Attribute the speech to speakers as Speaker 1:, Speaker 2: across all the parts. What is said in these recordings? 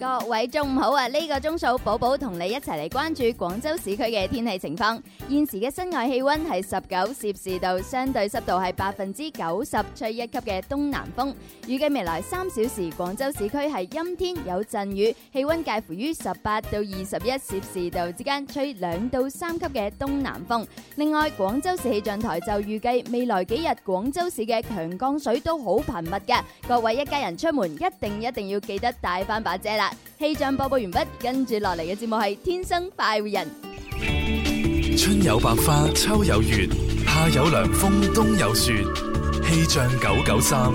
Speaker 1: 各位中午好啊！呢個鐘數，寶寶同你一齊嚟關注廣州市區嘅天氣情況。現時嘅室外氣溫係十九攝氏度，相對濕度係百分之九十，吹一級嘅東南風。預計未來三小時，廣州市區係陰天有陣雨，氣溫介乎於十八到二十一攝氏度之間，吹兩到三級嘅東南風。另外，廣州市氣象台就預計未來幾日廣州市嘅強降水都好頻密嘅，各位一家人出門一定一定要記得帶翻把遮啦。氣象播報完畢，跟住落嚟嘅節目係《天生快活人》。
Speaker 2: 春有百花，秋有月，夏有涼風，冬有雪。氣象九九三，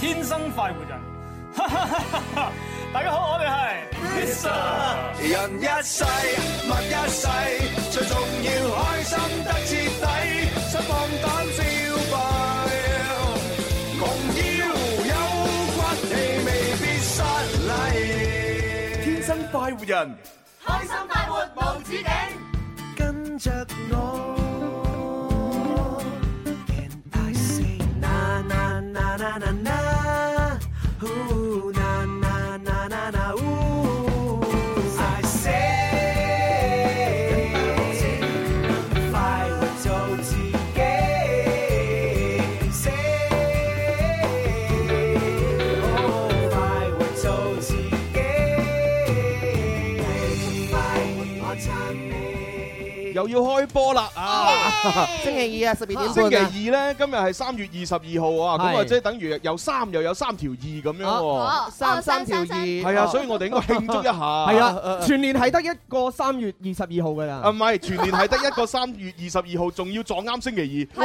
Speaker 3: 天生快活人，大家好，我哋係 Mr.
Speaker 4: 人一世，物一世，最重要開心得徹底，想放膽消費，窮要有骨氣，未必失禮。天生快活人，開心快活無止境，跟着我。I say na na na na na na, ooh na na na na na ooh. I say, fight with your team. Say, oh, fight with your team. Fight with your team.
Speaker 5: 又要開波啦啊！
Speaker 6: 星期二啊，十二點半啊
Speaker 5: 星期二咧，今日係三月二十二號啊，咁啊
Speaker 6: 係
Speaker 5: 即係等於有三又有三條二咁樣
Speaker 6: 哦
Speaker 5: 喎
Speaker 6: 哦。三三條二
Speaker 5: 係啊，所以我哋應該慶祝一下。
Speaker 7: 係啊，全年係得一個三月二十二號㗎啦。
Speaker 5: 啊，唔係全年係得一個三月二十二號，仲要撞啱星期二。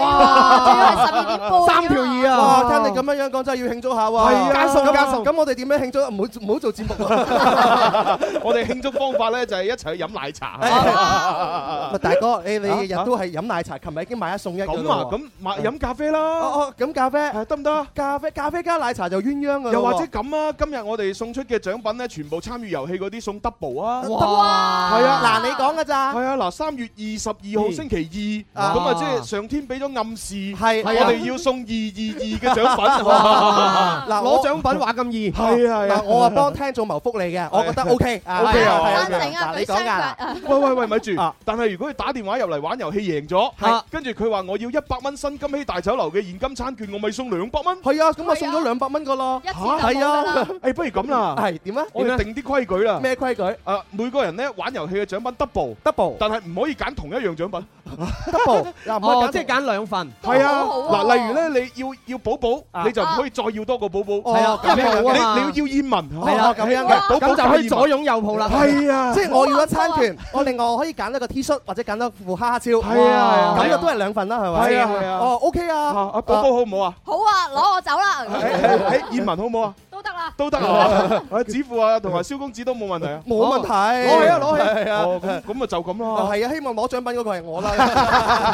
Speaker 7: 三條二啊！
Speaker 6: 哇！聽你咁樣樣講，真係要慶祝下喎。
Speaker 5: 係啊加餸
Speaker 6: 咁
Speaker 5: 加餸
Speaker 6: 咁我哋點樣慶祝？唔好唔好做節目啊！
Speaker 5: 我哋慶祝方法咧就係一齊去飲奶茶。
Speaker 6: 喂大哥，你你日日
Speaker 5: 啊
Speaker 6: 都係飲奶茶，琴日已經買一送一㗎
Speaker 5: 咁
Speaker 6: 啦
Speaker 5: 啊，
Speaker 6: 喎
Speaker 5: 咁買飲咖啡啦，
Speaker 6: 哦哦，咁咖啡
Speaker 5: 係得唔得啊？
Speaker 6: 咖啡咖啡加奶茶就鴛鴦㗎啦喎
Speaker 5: 又或者咁啊，今日我哋送出嘅獎品咧，全部參與遊戲嗰啲送 double 啊！
Speaker 7: 哇
Speaker 5: 係啊，
Speaker 6: 嗱，你講㗎咋？
Speaker 5: 係啊，嗱，三月二十二號星期二，
Speaker 6: 啊
Speaker 5: 咁啊，即係上天俾咗暗示，
Speaker 6: 係啊
Speaker 5: 我哋要送二 二 二嘅獎
Speaker 7: 哇
Speaker 6: 嗱我
Speaker 7: 攞獎品話咁易，
Speaker 5: 品。係啊，係
Speaker 6: 嗱，
Speaker 5: 啊。
Speaker 6: 我啊幫聽眾謀福利嘅，我覺得 OK 啊
Speaker 5: OK 啊 OK
Speaker 6: 係
Speaker 5: 啊
Speaker 6: 係嗱你講㗎。
Speaker 5: 喂喂喂，咪住
Speaker 6: 啊！
Speaker 5: 但係如果佢打電話入嚟玩遊戲贏咗，
Speaker 7: 係
Speaker 5: 跟住佢話我要一百蚊新金禧大酒樓嘅現金餐券，我咪送兩百蚊。
Speaker 6: 係啊，咁我送
Speaker 1: 係
Speaker 6: 咗
Speaker 1: 啊
Speaker 6: 兩百蚊個咯。
Speaker 1: 係啊，
Speaker 5: 誒，不如咁啦，
Speaker 6: 係點啊？
Speaker 5: 我哋定啲規矩啦。
Speaker 6: 咩規矩
Speaker 5: 誒，每個人咧玩遊戲嘅獎品 double，
Speaker 6: ？double
Speaker 5: 但係唔可以揀同一樣獎品。
Speaker 6: double 嗱，唔可以
Speaker 7: 哦
Speaker 6: 揀，
Speaker 7: 即係揀兩份。
Speaker 5: 係啊，
Speaker 1: 都好好
Speaker 5: 嗱，
Speaker 1: 喎
Speaker 5: 例如咧，你要要寶寶，
Speaker 6: 啊
Speaker 5: 你就唔可以再要多個寶寶。
Speaker 6: 哦
Speaker 7: 係啊，
Speaker 6: 咁
Speaker 5: 你
Speaker 6: 樣
Speaker 7: 樣
Speaker 5: 你
Speaker 7: 啊
Speaker 5: 你
Speaker 7: 嘛
Speaker 5: 要燕文，
Speaker 6: 係啊咁樣嘅
Speaker 5: 寶寶
Speaker 7: 咁就可以
Speaker 5: 加
Speaker 7: 左擁右抱啦。
Speaker 5: 燕文係啊，
Speaker 6: 即係我要一餐券，我另外我可以揀一個 T 恤或者揀一副蝦蝦超，
Speaker 5: 係啊係啊
Speaker 6: 哦咁就都係兩份啦，係咪？
Speaker 5: 係啊係啊
Speaker 6: 哦 OK 啊，
Speaker 5: 啊啊寶寶好唔好啊？
Speaker 1: 好啊，攞我走
Speaker 5: 誒
Speaker 1: 啦，
Speaker 5: 誒誒燕文好唔好啊？
Speaker 1: 都得啦。
Speaker 5: 都得 啊，啊子富啊，同埋蕭公子都冇問題啊。
Speaker 6: 冇問題，攞
Speaker 5: 去啊攞
Speaker 6: 去，係啊。
Speaker 5: 哦，咁咁啊就咁
Speaker 6: 哦
Speaker 5: 咯。
Speaker 6: 係啊，希望攞獎品嗰個係我啦。
Speaker 1: 即刻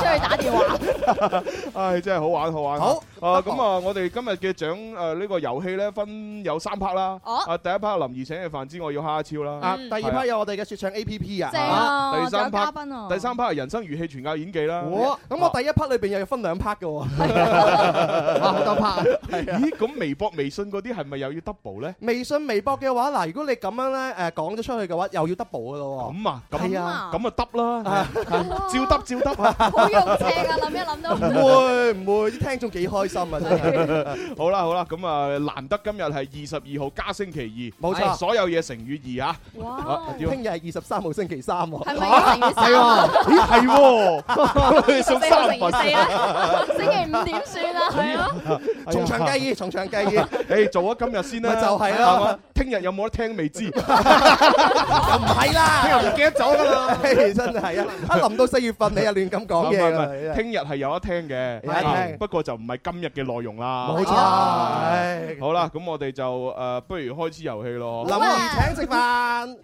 Speaker 1: 出去打電話。
Speaker 5: 唉，真係好玩好玩。
Speaker 6: 好
Speaker 5: 啊，咁啊，我哋今日嘅獎誒呢個遊戲咧分有三 part 啦。
Speaker 1: 哦
Speaker 5: 啊，第一 part 林怡請嘅飯之我要蝦超啦。
Speaker 6: 啊，第二 part 有我哋嘅説唱 A P P 啊。
Speaker 1: 正
Speaker 6: 啊
Speaker 1: 啊！
Speaker 5: 第三
Speaker 1: 仲有
Speaker 5: part
Speaker 1: 嘉賓啊！
Speaker 5: 第三 part 係人生如戲全靠演技啦。
Speaker 6: 哇 咁我第一 part 裏邊又要分兩 part 嘅喎。
Speaker 7: 哇，好多拍。
Speaker 5: 咦，咁微博、微信嗰啲係咪又要 double 咧？
Speaker 6: 微信、微博嘅話，嗱，如果你咁樣咧誒講咗出去嘅話，又要 double 嘅咯
Speaker 5: 咁啊，咁
Speaker 6: 係
Speaker 1: 咁
Speaker 6: 啊
Speaker 1: 啊，
Speaker 5: 咁啊得啦，照
Speaker 1: 照
Speaker 5: 得照得啊！
Speaker 1: 得好用正啊！諗一諗
Speaker 6: 喎。 唔
Speaker 1: 都
Speaker 6: 會唔會，啲聽眾幾開心啊！真係
Speaker 5: 好啦好啦，咁啊難得今日係二十二號加星期二，
Speaker 6: 冇錯
Speaker 5: 所有嘢乘以二啊！
Speaker 1: 哇
Speaker 5: 啊！要
Speaker 6: 聽日係二十三號星期三喎。
Speaker 1: 係咪要乘以三啊？
Speaker 5: 咦係 喎，送
Speaker 1: 四號乘
Speaker 5: 三
Speaker 1: 以四
Speaker 5: 份，
Speaker 1: 啦，星期五點算啊？係啊，
Speaker 6: 從長 計議，從長計議，
Speaker 5: 誒哎做咗今日先啦，
Speaker 6: 咪就係啦
Speaker 5: 係嘛，聽日有冇得聽未知，
Speaker 6: 又唔係啦，
Speaker 5: 唔記得咗 㗎啦。
Speaker 6: 唉 真係啊！一臨到四月份，你又亂咁
Speaker 5: 唔
Speaker 6: 講
Speaker 5: 係
Speaker 6: 嘢
Speaker 5: 唔
Speaker 6: 啦
Speaker 5: 係
Speaker 6: 你真係。
Speaker 5: 聽日係有得聽嘅，
Speaker 6: 有得聽
Speaker 5: 啊不過就唔係今日嘅內容啦。
Speaker 6: 冇錯，
Speaker 5: 啊
Speaker 6: 唉啊
Speaker 5: 好啦，咁我哋就誒，不如開始遊戲咯。
Speaker 6: 林兒請食飯。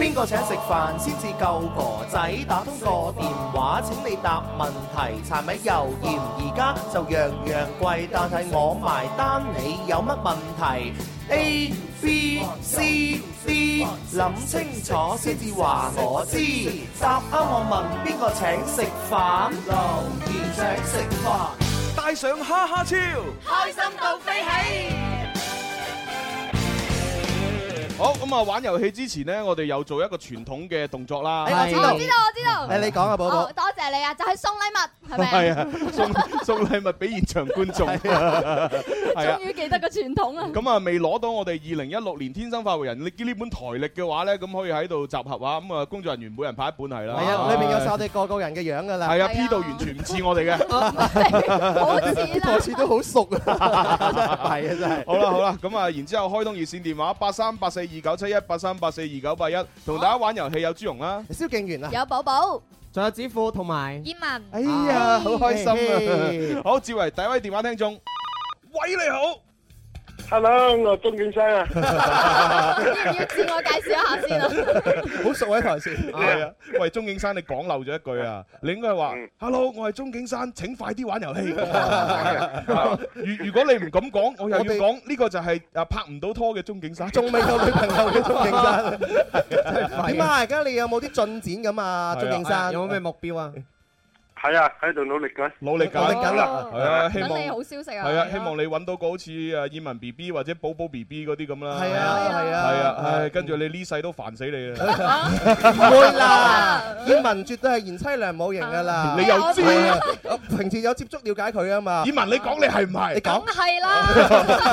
Speaker 8: Hãy subscribe cho kênh Ghiền Mì Gõ Để không bỏ lỡ 邊個請食飯先至夠哥仔？打通個電話請你答問題，柴米油鹽而家就樣樣貴，但係我埋單，你有乜問題？A B C D，諗清楚先至話我知。答啱我問邊個請食飯？留言請食飯，
Speaker 4: 帶上哈哈超，
Speaker 8: 開心到飛起。
Speaker 5: 好咁啊！玩遊戲之前呢，我哋又做一個傳統嘅動作啦。
Speaker 6: 哎我知道
Speaker 1: 我知道，我知道。
Speaker 6: 哎你講啊寶寶
Speaker 1: 好多謝你啊，就係送禮物，係咪
Speaker 5: 係
Speaker 1: 啊？
Speaker 5: 啊，送 送禮物俾現場觀 眾。係啊
Speaker 1: 終。於記得個傳統啊！
Speaker 5: 咁啊，未攞到我哋二零一六年天生快活人呢呢本台歷嘅話呢，咁可以喺度集合啊！咁啊，工作人員每人派一本係啦。
Speaker 6: 係啊，裏面有晒我哋個個人嘅樣㗎啦，
Speaker 5: 係啊
Speaker 1: 係啊哦
Speaker 5: ，P 到完全唔似我 哋嘅。
Speaker 1: 好似啦
Speaker 6: 台，詞都好熟啊， 真係弊啊真係。
Speaker 5: 好啦好啦，咁啊，然之後開通熱線電話八三八四二九七一八三八四二九八一，同大家玩遊戲有朱容啦。
Speaker 6: 蕭敬元啊，
Speaker 1: 有寶寶，
Speaker 7: 仲有指父同埋
Speaker 9: 燕文，
Speaker 5: 哎呀，好開心啊
Speaker 6: 嘿！
Speaker 5: 好，接為第一位電話聽眾，喂你好，
Speaker 10: Hello，我鍾景生啊，
Speaker 1: 要唔要自我介紹一下先啊？
Speaker 5: 好熟喺台先。係啊，喂，鐘景山，你講漏咗一句啊，你應該係話
Speaker 10: 嗯
Speaker 5: ，Hello，我係鐘景山，請快啲玩遊 戲。如如果你唔咁講，我又要
Speaker 6: 我哋
Speaker 5: 講呢個就係啊拍唔到拖嘅鐘景山。
Speaker 6: 仲未有女朋友嘅鍾景山，點啊？而家你有冇啲進展咁 啊？
Speaker 5: 係啊
Speaker 6: 鍾景山
Speaker 7: 有冇咩目標啊？
Speaker 10: 係啊，喺度努力緊，
Speaker 5: 努力緊，
Speaker 6: 努力緊啦
Speaker 1: 哦
Speaker 5: 係啊，希
Speaker 1: 等你
Speaker 5: 望
Speaker 1: 好消息啊！
Speaker 5: 係啊，希望你揾到個好似啊燕文 B B 或者寶寶 B B 嗰啲咁啦。
Speaker 6: 係啊係啊，
Speaker 5: 係啊，唉，跟住你呢世都煩死你啊啦！
Speaker 6: 唔會啦，葉文絕對係賢妻良母型㗎啦。
Speaker 5: 你又知？
Speaker 6: 係啊我平時有接觸了解 佢啊嘛。
Speaker 5: 燕文，你講你係唔係？
Speaker 6: 你
Speaker 9: 梗
Speaker 6: 講
Speaker 9: 係 啦，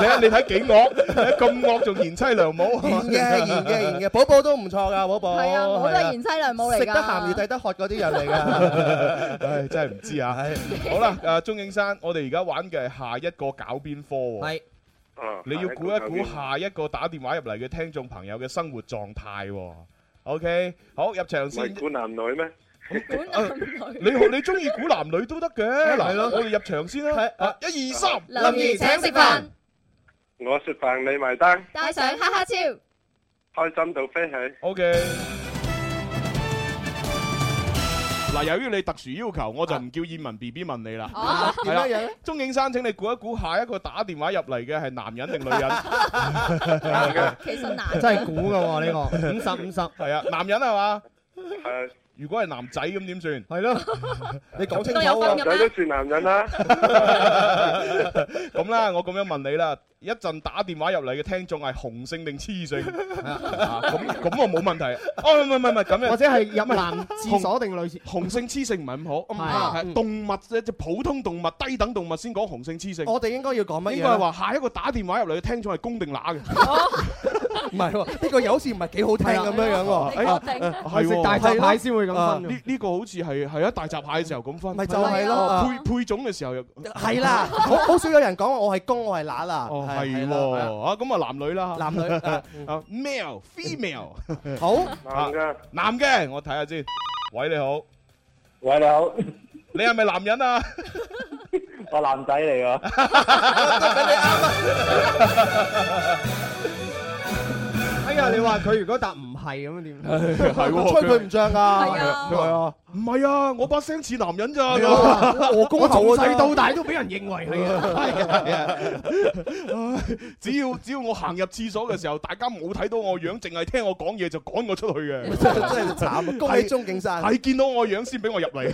Speaker 5: 你你睇幾惡，咁惡仲賢妻良母。
Speaker 6: 賢嘅賢 嘅賢嘅，寶寶都唔錯㗎，寶寶。
Speaker 1: 係啊，我都係賢妻良母嚟㗎。
Speaker 6: 食得鹹魚抵得渴嗰啲人嚟㗎。
Speaker 5: 唉，真係唔知啊！好啦，誒，鐘景山，我哋而家玩嘅係下一個搞邊科喎。
Speaker 7: 係
Speaker 10: 啊，
Speaker 5: 你要估一估下一個打電話入嚟嘅聽眾朋友嘅生活狀態喎。OK，好入場
Speaker 10: 唔係
Speaker 5: 先。
Speaker 10: 估男女咩？
Speaker 1: 管男女
Speaker 5: 你好你中意估男女都 得嘅。嗱，我哋入場先啦。啊，一二三，
Speaker 1: 林如請食飯，
Speaker 10: 我食飯你埋單，
Speaker 1: 帶上哈哈超，
Speaker 10: 開心到飛起。
Speaker 5: O K。嗱，由於你特殊要求，我就唔叫燕文 B B 問你啦。
Speaker 1: 哦，
Speaker 5: 點樣樣？鐘景山，請你估一估下一個打電話入嚟嘅係男人定 女人？
Speaker 1: 其實難
Speaker 7: 真係估㗎 喎呢個，五十五十
Speaker 5: 係啊，男人係嘛？
Speaker 10: 係
Speaker 5: 如果係男仔咁點算？
Speaker 7: 係咯，
Speaker 6: 你講清楚
Speaker 9: 都有分
Speaker 6: 喎
Speaker 9: 㗎。
Speaker 10: 仔都
Speaker 9: 咩？
Speaker 10: 算男人啦，
Speaker 5: 咁啦，我咁樣問你啦，一陣打電話入嚟嘅聽眾係雄性定雌 性？啊咁咁我冇問題。哦，唔係唔係唔係咁
Speaker 7: 或
Speaker 5: 樣。
Speaker 7: 者係入男廁所定女廁？
Speaker 5: 雄性雌性唔係咁好，
Speaker 7: 係
Speaker 5: 係動物即係普通動物、低等動物先講雄性雌性。
Speaker 6: 我哋應該要講乜嘢？
Speaker 5: 應該係話下一個打電話入嚟嘅聽眾係公定乸嘅，
Speaker 6: 唔係喎，呢個又好似唔係幾好聽咁樣樣喎。
Speaker 1: 你確定？
Speaker 7: 係食大閘蟹先會咁
Speaker 6: 啊
Speaker 7: 分
Speaker 5: 呢
Speaker 7: 㗎。
Speaker 5: 呢個好似係係啊大閘蟹嘅時候咁分，
Speaker 6: 咪就係咯，
Speaker 5: 配配種嘅時候又
Speaker 6: 係啦，好好少有人講我係公，我係乸啦。
Speaker 5: 哦係
Speaker 6: 係
Speaker 5: 喎
Speaker 6: 啦
Speaker 5: 啊咁啊男女啦
Speaker 6: 男女啊
Speaker 5: 啊 male female
Speaker 6: 好，
Speaker 10: 男噶。
Speaker 5: 男嘅我睇下先，喂你好，
Speaker 10: 喂，你好，
Speaker 5: 你係咪男人啊？
Speaker 10: 我男仔嚟噶。
Speaker 7: 哎呀，你話佢如果答唔係咁樣點？
Speaker 5: 係
Speaker 6: 吹佢唔漲㗎。
Speaker 1: 係啊
Speaker 6: 佢話啊，
Speaker 5: 唔係啊，我把聲似男人咋
Speaker 6: 係啊我 公
Speaker 7: 我從
Speaker 6: 口
Speaker 7: 細到大都俾人認為係啊，
Speaker 5: 只要只要我行入廁所嘅時候，大家冇睇到我樣，淨係聽我講嘢就趕我出去嘅，
Speaker 6: 真係真係慘啊！恭喜鐘景山，
Speaker 5: 係見到我樣先俾我入嚟。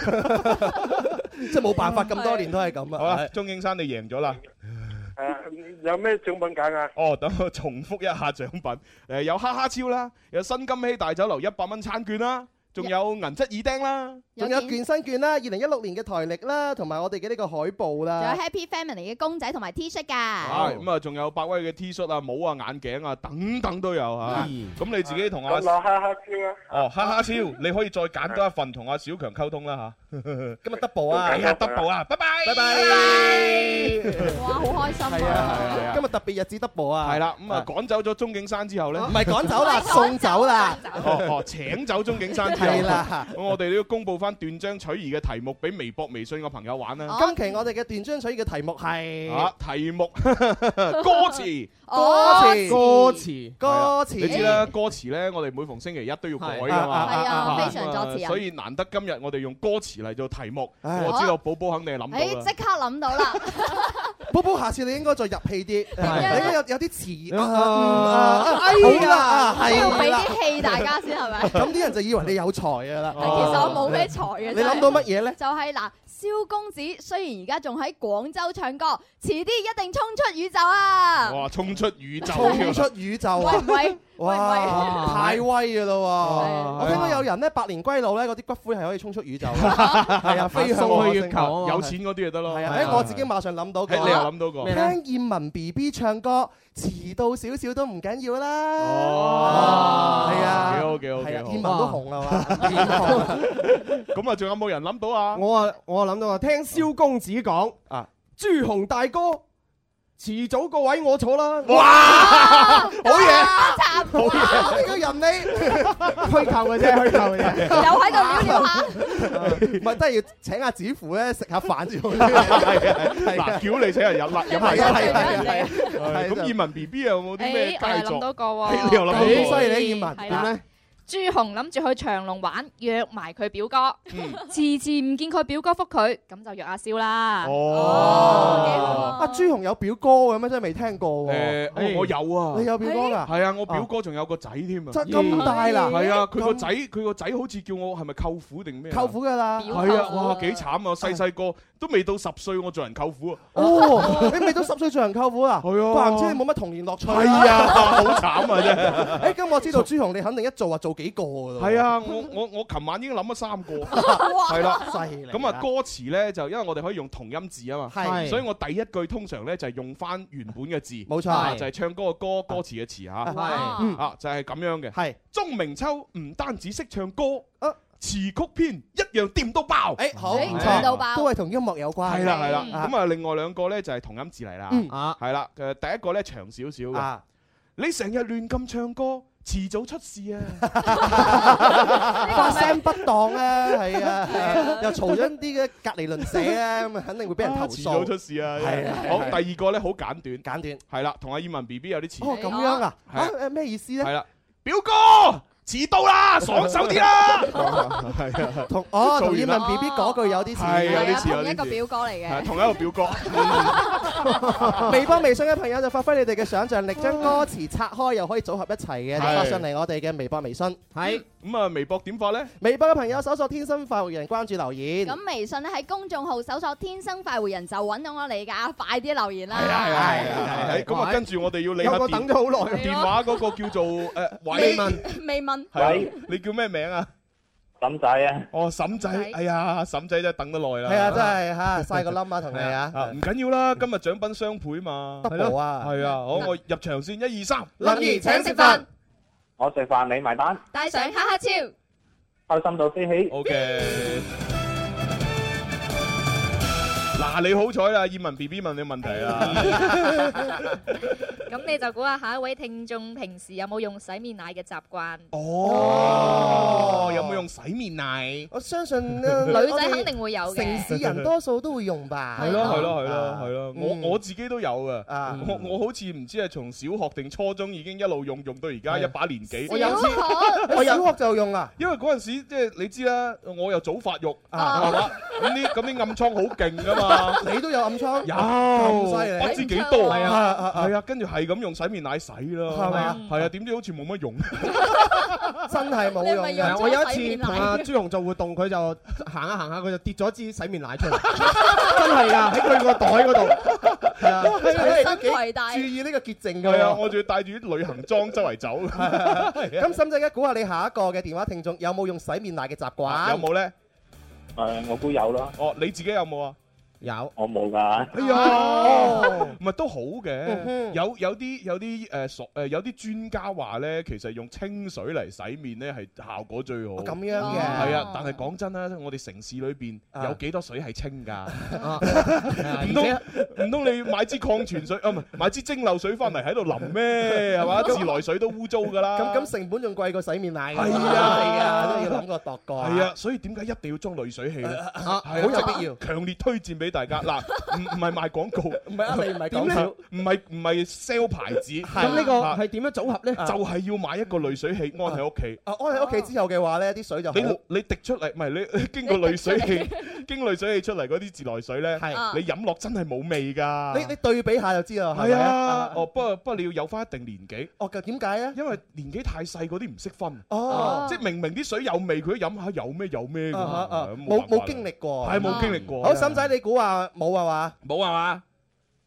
Speaker 6: 即係冇辦法，咁多年都係咁
Speaker 5: 好啦
Speaker 6: 啊。，
Speaker 5: 鐘景山你贏咗啦。
Speaker 10: 誒，有咩獎品揀啊？
Speaker 5: 哦，等我重複一下獎品，誒、有哈哈超啦，有新金禧大酒樓一百蚊餐券啦，仲有銀質耳釘啦，
Speaker 6: 仲有
Speaker 1: 件
Speaker 6: 健身券啦，二零一六年嘅台歷啦，同埋我哋嘅呢個海報
Speaker 1: 仲有
Speaker 6: 啦。
Speaker 1: Happy Family 嘅公仔同埋 T 恤㗎，
Speaker 5: 啊咁啊仲有百威嘅 T 恤啊、帽啊、眼鏡啊等等都有啊。
Speaker 6: 嗯
Speaker 5: 咁你自己同阿
Speaker 10: 咁攞哈哈超啊！
Speaker 5: 哦哈哈超，你可以再揀多一份同阿小強溝通啦
Speaker 6: 今日 double 啊
Speaker 5: 吓。，係啊，double 啊，拜拜，
Speaker 6: 拜拜。
Speaker 1: 哇，好開心
Speaker 6: 係啊
Speaker 1: 啊！
Speaker 5: 係啊
Speaker 6: 今日特別日子 double 啊。
Speaker 5: 係啦，咁啊趕走咗鐘景山之後咧，
Speaker 6: 唔係趕走啦，送走啦。
Speaker 5: 哦
Speaker 1: 哦
Speaker 5: 哦哦請走鐘景山之
Speaker 6: 係啦
Speaker 5: 咁我哋都要公布翻斷章取義嘅題目俾微博、微信嘅朋友玩啦。
Speaker 6: 今期我哋嘅斷章取義嘅題目係
Speaker 5: 啊，題 目歌詞。
Speaker 6: 哦歌詞。
Speaker 5: 詞
Speaker 6: 歌詞
Speaker 5: 你知啦，歌詞咧，我哋每逢星期一都要改噶嘛，
Speaker 1: 係啊
Speaker 5: 咁
Speaker 1: 非常作詞人
Speaker 5: 所以難得今日我哋用歌詞嚟做題目，
Speaker 6: 唉
Speaker 5: 我知道寶寶肯定係諗
Speaker 1: 誒
Speaker 5: 到
Speaker 1: 哎即
Speaker 5: 啦。
Speaker 1: 刻諗到啦，
Speaker 6: 寶寶，下次你應該再入戲啲，你應該有有啲詞啊嗯啊
Speaker 1: 哎
Speaker 6: 好
Speaker 1: 呀
Speaker 6: 啦，啊
Speaker 1: 都要
Speaker 6: 係
Speaker 1: 俾
Speaker 6: 啦。
Speaker 1: 啲氣大家先係咪？
Speaker 6: 咁啲人就以為你有才噶
Speaker 5: 哦
Speaker 6: 啦。
Speaker 1: 但其實我冇咩才嘅。
Speaker 6: 你
Speaker 1: 真係
Speaker 6: 諗到乜嘢咧？
Speaker 1: 就係嗱，蕭公子雖然而家仲喺廣州唱歌，遲啲一定衝出宇宙啊！
Speaker 5: 哇！衝出宇宙，
Speaker 6: 衝出宇宙啊
Speaker 1: 喂！唔喂，
Speaker 6: 哇，太威噶啦喎！
Speaker 5: 係
Speaker 6: 我聽講有人咧百年歸老咧，嗰啲骨灰係可以衝出宇宙， 係 啊，飛向
Speaker 5: 送
Speaker 6: 外
Speaker 5: 去
Speaker 6: 星
Speaker 5: 月球，有錢
Speaker 6: 係
Speaker 5: 嗰啲就得咯。
Speaker 6: 啊！誒，我自己馬上諗到個，
Speaker 5: 誒你又諗到個咩咧
Speaker 6: 聽燕文 B B 唱歌，遲到少少都唔緊要啦。
Speaker 5: 哦，
Speaker 6: 啊係啊
Speaker 5: 幾好幾好
Speaker 6: 係啊
Speaker 5: 幾好，
Speaker 6: 燕文都紅啊嘛。
Speaker 5: 咁啊，仲有冇人諗到啊？
Speaker 7: 我啊，我諗到啊，聽蕭公子講
Speaker 5: 啊，
Speaker 7: 朱紅大哥，遲早個位我坐啦。
Speaker 6: 哦
Speaker 5: 哇！
Speaker 7: 好嘢，
Speaker 6: 好嘢！呢個人你
Speaker 7: 虛構
Speaker 5: 啊
Speaker 7: 嘅啫，虛構嘅啫。
Speaker 1: 又喺度撩撩下。
Speaker 6: 唔係都係要請阿子父咧食下 飯先好。
Speaker 5: 啊嗱，叫你請人飲啦，飲下
Speaker 6: 係啊係
Speaker 5: 嘢。
Speaker 6: 啊係啊
Speaker 5: 係咁，葉文 B B 有冇啲咩
Speaker 9: 誒，我
Speaker 5: 佳
Speaker 9: 又
Speaker 5: 作？
Speaker 9: 諗到個
Speaker 5: 哎
Speaker 9: 喎，
Speaker 5: 你又諗到個好犀利
Speaker 6: 葉文
Speaker 9: 係
Speaker 6: 點
Speaker 9: 啦
Speaker 6: 咧？
Speaker 9: 朱紅諗住去長隆玩，約埋佢表哥，
Speaker 5: 嗯
Speaker 9: 次次唔見佢表哥覆佢，咁就約阿蕭啦。
Speaker 6: 哦，阿朱紅有表哥嘅咩？真係未聽過
Speaker 5: 誒，
Speaker 6: 喎。哎
Speaker 5: 我我有啊，
Speaker 6: 你有表哥㗎？哦
Speaker 5: 係啊，我表哥仲有個仔添啊，
Speaker 6: 真咁大啦
Speaker 5: 係啊，佢個
Speaker 6: 咁
Speaker 5: 仔佢個仔好似叫我係咪舅父定咩啊？
Speaker 6: 舅父㗎啦。
Speaker 5: 係啊，哇，幾慘啊！細細個都未到十歲，我做人舅父啊！
Speaker 6: 哦， 你未到十歲做人舅父啊？係
Speaker 5: 啊
Speaker 6: 怪唔知你冇乜童年樂趣。
Speaker 5: 係啊，好 慘啊真係
Speaker 6: 誒，咁我知道朱紅你肯定一做啊做幾個㗎啦。
Speaker 5: 係啊， 我我我琴晚已經諗咗三個，
Speaker 6: 哇
Speaker 5: 係啦，
Speaker 6: 犀利啦
Speaker 5: 咁啊，歌詞咧就因為我哋可以用同音字啊嘛，
Speaker 6: 係
Speaker 5: 所以我第一句通常咧就係用翻原本嘅字，
Speaker 6: 冇錯
Speaker 5: 啊就係唱歌嘅歌，歌詞嘅詞嚇，
Speaker 6: 係嗯
Speaker 5: 啊，就係咁樣嘅。
Speaker 6: 係啊
Speaker 5: 鐘明秋唔單止識唱歌，詞曲編一樣掂到爆。
Speaker 6: 誒好
Speaker 5: 係
Speaker 6: 唔錯，都係同音樂有關。
Speaker 5: 係啦啊係啦，
Speaker 6: 啊
Speaker 5: 咁啊另外兩個咧就係同音字嚟啦
Speaker 6: 嗯，
Speaker 5: 係啦，誒第一個咧長少少嘅
Speaker 6: 啊，
Speaker 5: 你成日亂咁唱歌，遲早出事啊！
Speaker 6: 發聲不當咧， 係啊，又嘈咗啲嘅 隔離鄰舍咧，咁啊肯定會俾人投
Speaker 5: 遲早出
Speaker 6: 訴。
Speaker 5: 事啊！
Speaker 6: 係啊
Speaker 5: 好，
Speaker 6: 係啊
Speaker 5: 第二個咧好簡短，
Speaker 6: 簡短
Speaker 5: 係啦，同阿葉文 B B 有啲似。
Speaker 6: 哦，咁樣啊？
Speaker 5: 係啊
Speaker 6: 啊誒咩意思咧？
Speaker 5: 係啦，表哥遲到 啦，爽手啲啦！
Speaker 6: 係啊，同哦
Speaker 5: 做
Speaker 6: 同
Speaker 5: 完
Speaker 6: 葉
Speaker 5: 啦
Speaker 6: 問 B B 嗰句有啲似，
Speaker 5: 係有啲似有
Speaker 1: 同一個
Speaker 5: 啲似
Speaker 1: 表哥嚟嘅
Speaker 5: 係。同一個表哥。
Speaker 6: 微博、微信嘅朋友就發揮你哋嘅想像力，將歌詞拆開又可以組合一齊嘅，就
Speaker 5: 係
Speaker 6: 發上嚟我哋嘅微博、微信。
Speaker 7: 係
Speaker 5: 咁啊，微博點發咧？
Speaker 6: 微博嘅朋友搜索「天生快活人」，關注留言。
Speaker 1: 咁微信咧喺公眾號搜索「天生快活人」就揾到我哋㗎，快啲留言
Speaker 5: 係
Speaker 1: 啦！
Speaker 5: 啊係啊係啊！咁啊，跟住我哋要理下
Speaker 7: 有個等咗好耐
Speaker 5: 電電話嗰個叫做誒 偉文，
Speaker 1: 未問
Speaker 5: 係啊，你叫咩名啊？
Speaker 10: 沈仔啊！
Speaker 5: 哦，沈仔，哎呀，沈仔真係等得耐啦。
Speaker 6: 係啊，真係嚇晒個冧啊，同你啊！
Speaker 5: 啊，唔緊要啦，今日獎品雙倍嘛
Speaker 6: Double 啊
Speaker 5: 係啊，好，我入場先，一二三，
Speaker 6: 林怡請食飯，
Speaker 10: 我食飯你埋單，
Speaker 1: 帶上哈 哈超，
Speaker 10: 開心到飛起。
Speaker 5: 好嘅。嗱，你好彩啦，葉文 B B 問你問題啊，
Speaker 9: 咁你就估下下一位聽眾平時有冇用洗面奶嘅習慣？
Speaker 5: 哦，有冇用洗面奶？
Speaker 6: 我相信女
Speaker 9: 女仔肯定會有嘅
Speaker 6: 城市人多數都會用吧。
Speaker 5: 係咯係咯係咯
Speaker 6: 啊
Speaker 5: 係咯，我我自己都有噶，
Speaker 6: 啊
Speaker 5: 我我好似唔知係從小學定初中已經一路用用到而家一把年紀。
Speaker 6: 我有
Speaker 1: 小
Speaker 6: 次
Speaker 1: 學
Speaker 6: 我小學就用啊。
Speaker 5: 因為嗰陣時即係你知啦，我又早發育，
Speaker 6: 啊
Speaker 5: 係嘛？咁啲咁啲暗瘡好勁噶嘛，
Speaker 6: 你都有暗瘡，
Speaker 5: 有
Speaker 6: 咁犀
Speaker 5: 不
Speaker 6: 利，
Speaker 5: 知幾多
Speaker 6: 係啊啊啊
Speaker 5: 係啊，跟住係咁用洗面奶洗啦，
Speaker 6: 係咪啊？
Speaker 5: 係啊，點知好似冇乜用，
Speaker 6: 真係冇
Speaker 1: 你咪
Speaker 6: 用
Speaker 1: 用
Speaker 6: 㗎
Speaker 1: 咗
Speaker 7: 我有
Speaker 1: 洗
Speaker 7: 一
Speaker 1: 面
Speaker 7: 次
Speaker 1: 奶
Speaker 7: 同阿朱紅做活動，佢就行下行下，佢就跌咗支洗面奶出 嚟，真係㗎，喺佢個袋嗰度。係啊，
Speaker 6: 係啊
Speaker 1: 身攜帶
Speaker 6: 注意呢個潔淨㗎
Speaker 5: 係啊，
Speaker 6: 喎。
Speaker 5: 我仲要帶住啲旅行裝 周圍走， 啊
Speaker 6: 咁沈仔一估下你下一個嘅電話聽眾有冇用洗面奶嘅習慣？
Speaker 5: 有冇咧？
Speaker 10: 誒，我都有啦。
Speaker 5: 哦，你自己有冇啊？有。
Speaker 10: 我冇㗎。
Speaker 5: 哎
Speaker 6: 哦
Speaker 5: 呀，唔係都好嘅，
Speaker 10: 嗯
Speaker 5: 有有啲有啲誒所誒有啲專家話咧，其實用清水嚟洗面咧係效果最好。
Speaker 6: 哦咁樣嘅啊
Speaker 5: 係啊，但係講真啦，我哋城市裏邊有幾多水係 清㗎？唔通唔通你買支礦泉水啊？唔係買支蒸餾水翻嚟喺度淋咩？係嘛？
Speaker 6: 咁
Speaker 5: 自來水都污糟㗎啦。
Speaker 6: 咁咁成本仲貴過洗面奶㗎。
Speaker 5: 係啊
Speaker 6: 係啊，都要諗過度過。
Speaker 5: 係啊，，所以點解一定要裝濾水器咧？
Speaker 6: 啊
Speaker 5: 係啊
Speaker 6: 好有必要
Speaker 5: 強烈推薦俾大家。嗱，唔唔係賣廣告，唔
Speaker 6: 係啊 你唔係講笑
Speaker 5: 唔係唔係 sell 牌 子。
Speaker 7: 咁呢個
Speaker 5: 啊
Speaker 7: 係點樣組合咧？
Speaker 5: 就係要買一個濾水器安喺屋企。
Speaker 6: 啊，安喺屋企之後嘅話咧，啲水就好。
Speaker 5: 你你滴出嚟，唔係 你經過濾水器，經濾水器出嚟嗰啲自來水咧，
Speaker 6: 係
Speaker 5: 你飲落真係冇味㗎。
Speaker 6: 你你對比下就知啦，係
Speaker 5: 係
Speaker 6: 咪
Speaker 5: 啊，？哦，不過不過你要有翻一定年紀。
Speaker 6: 哦，咁點解咧？
Speaker 5: 因為年紀太細嗰啲唔識分。
Speaker 6: 哦
Speaker 5: 即係明明啲水有味，佢都飲下有咩有咩㗎。
Speaker 6: 啊啊啊
Speaker 5: 咁辦
Speaker 6: 冇
Speaker 5: 法啦
Speaker 6: 冇經歷過，
Speaker 5: 係冇經歷過。
Speaker 6: 好，沈仔你估話冇係嘛？
Speaker 5: 冇係嘛？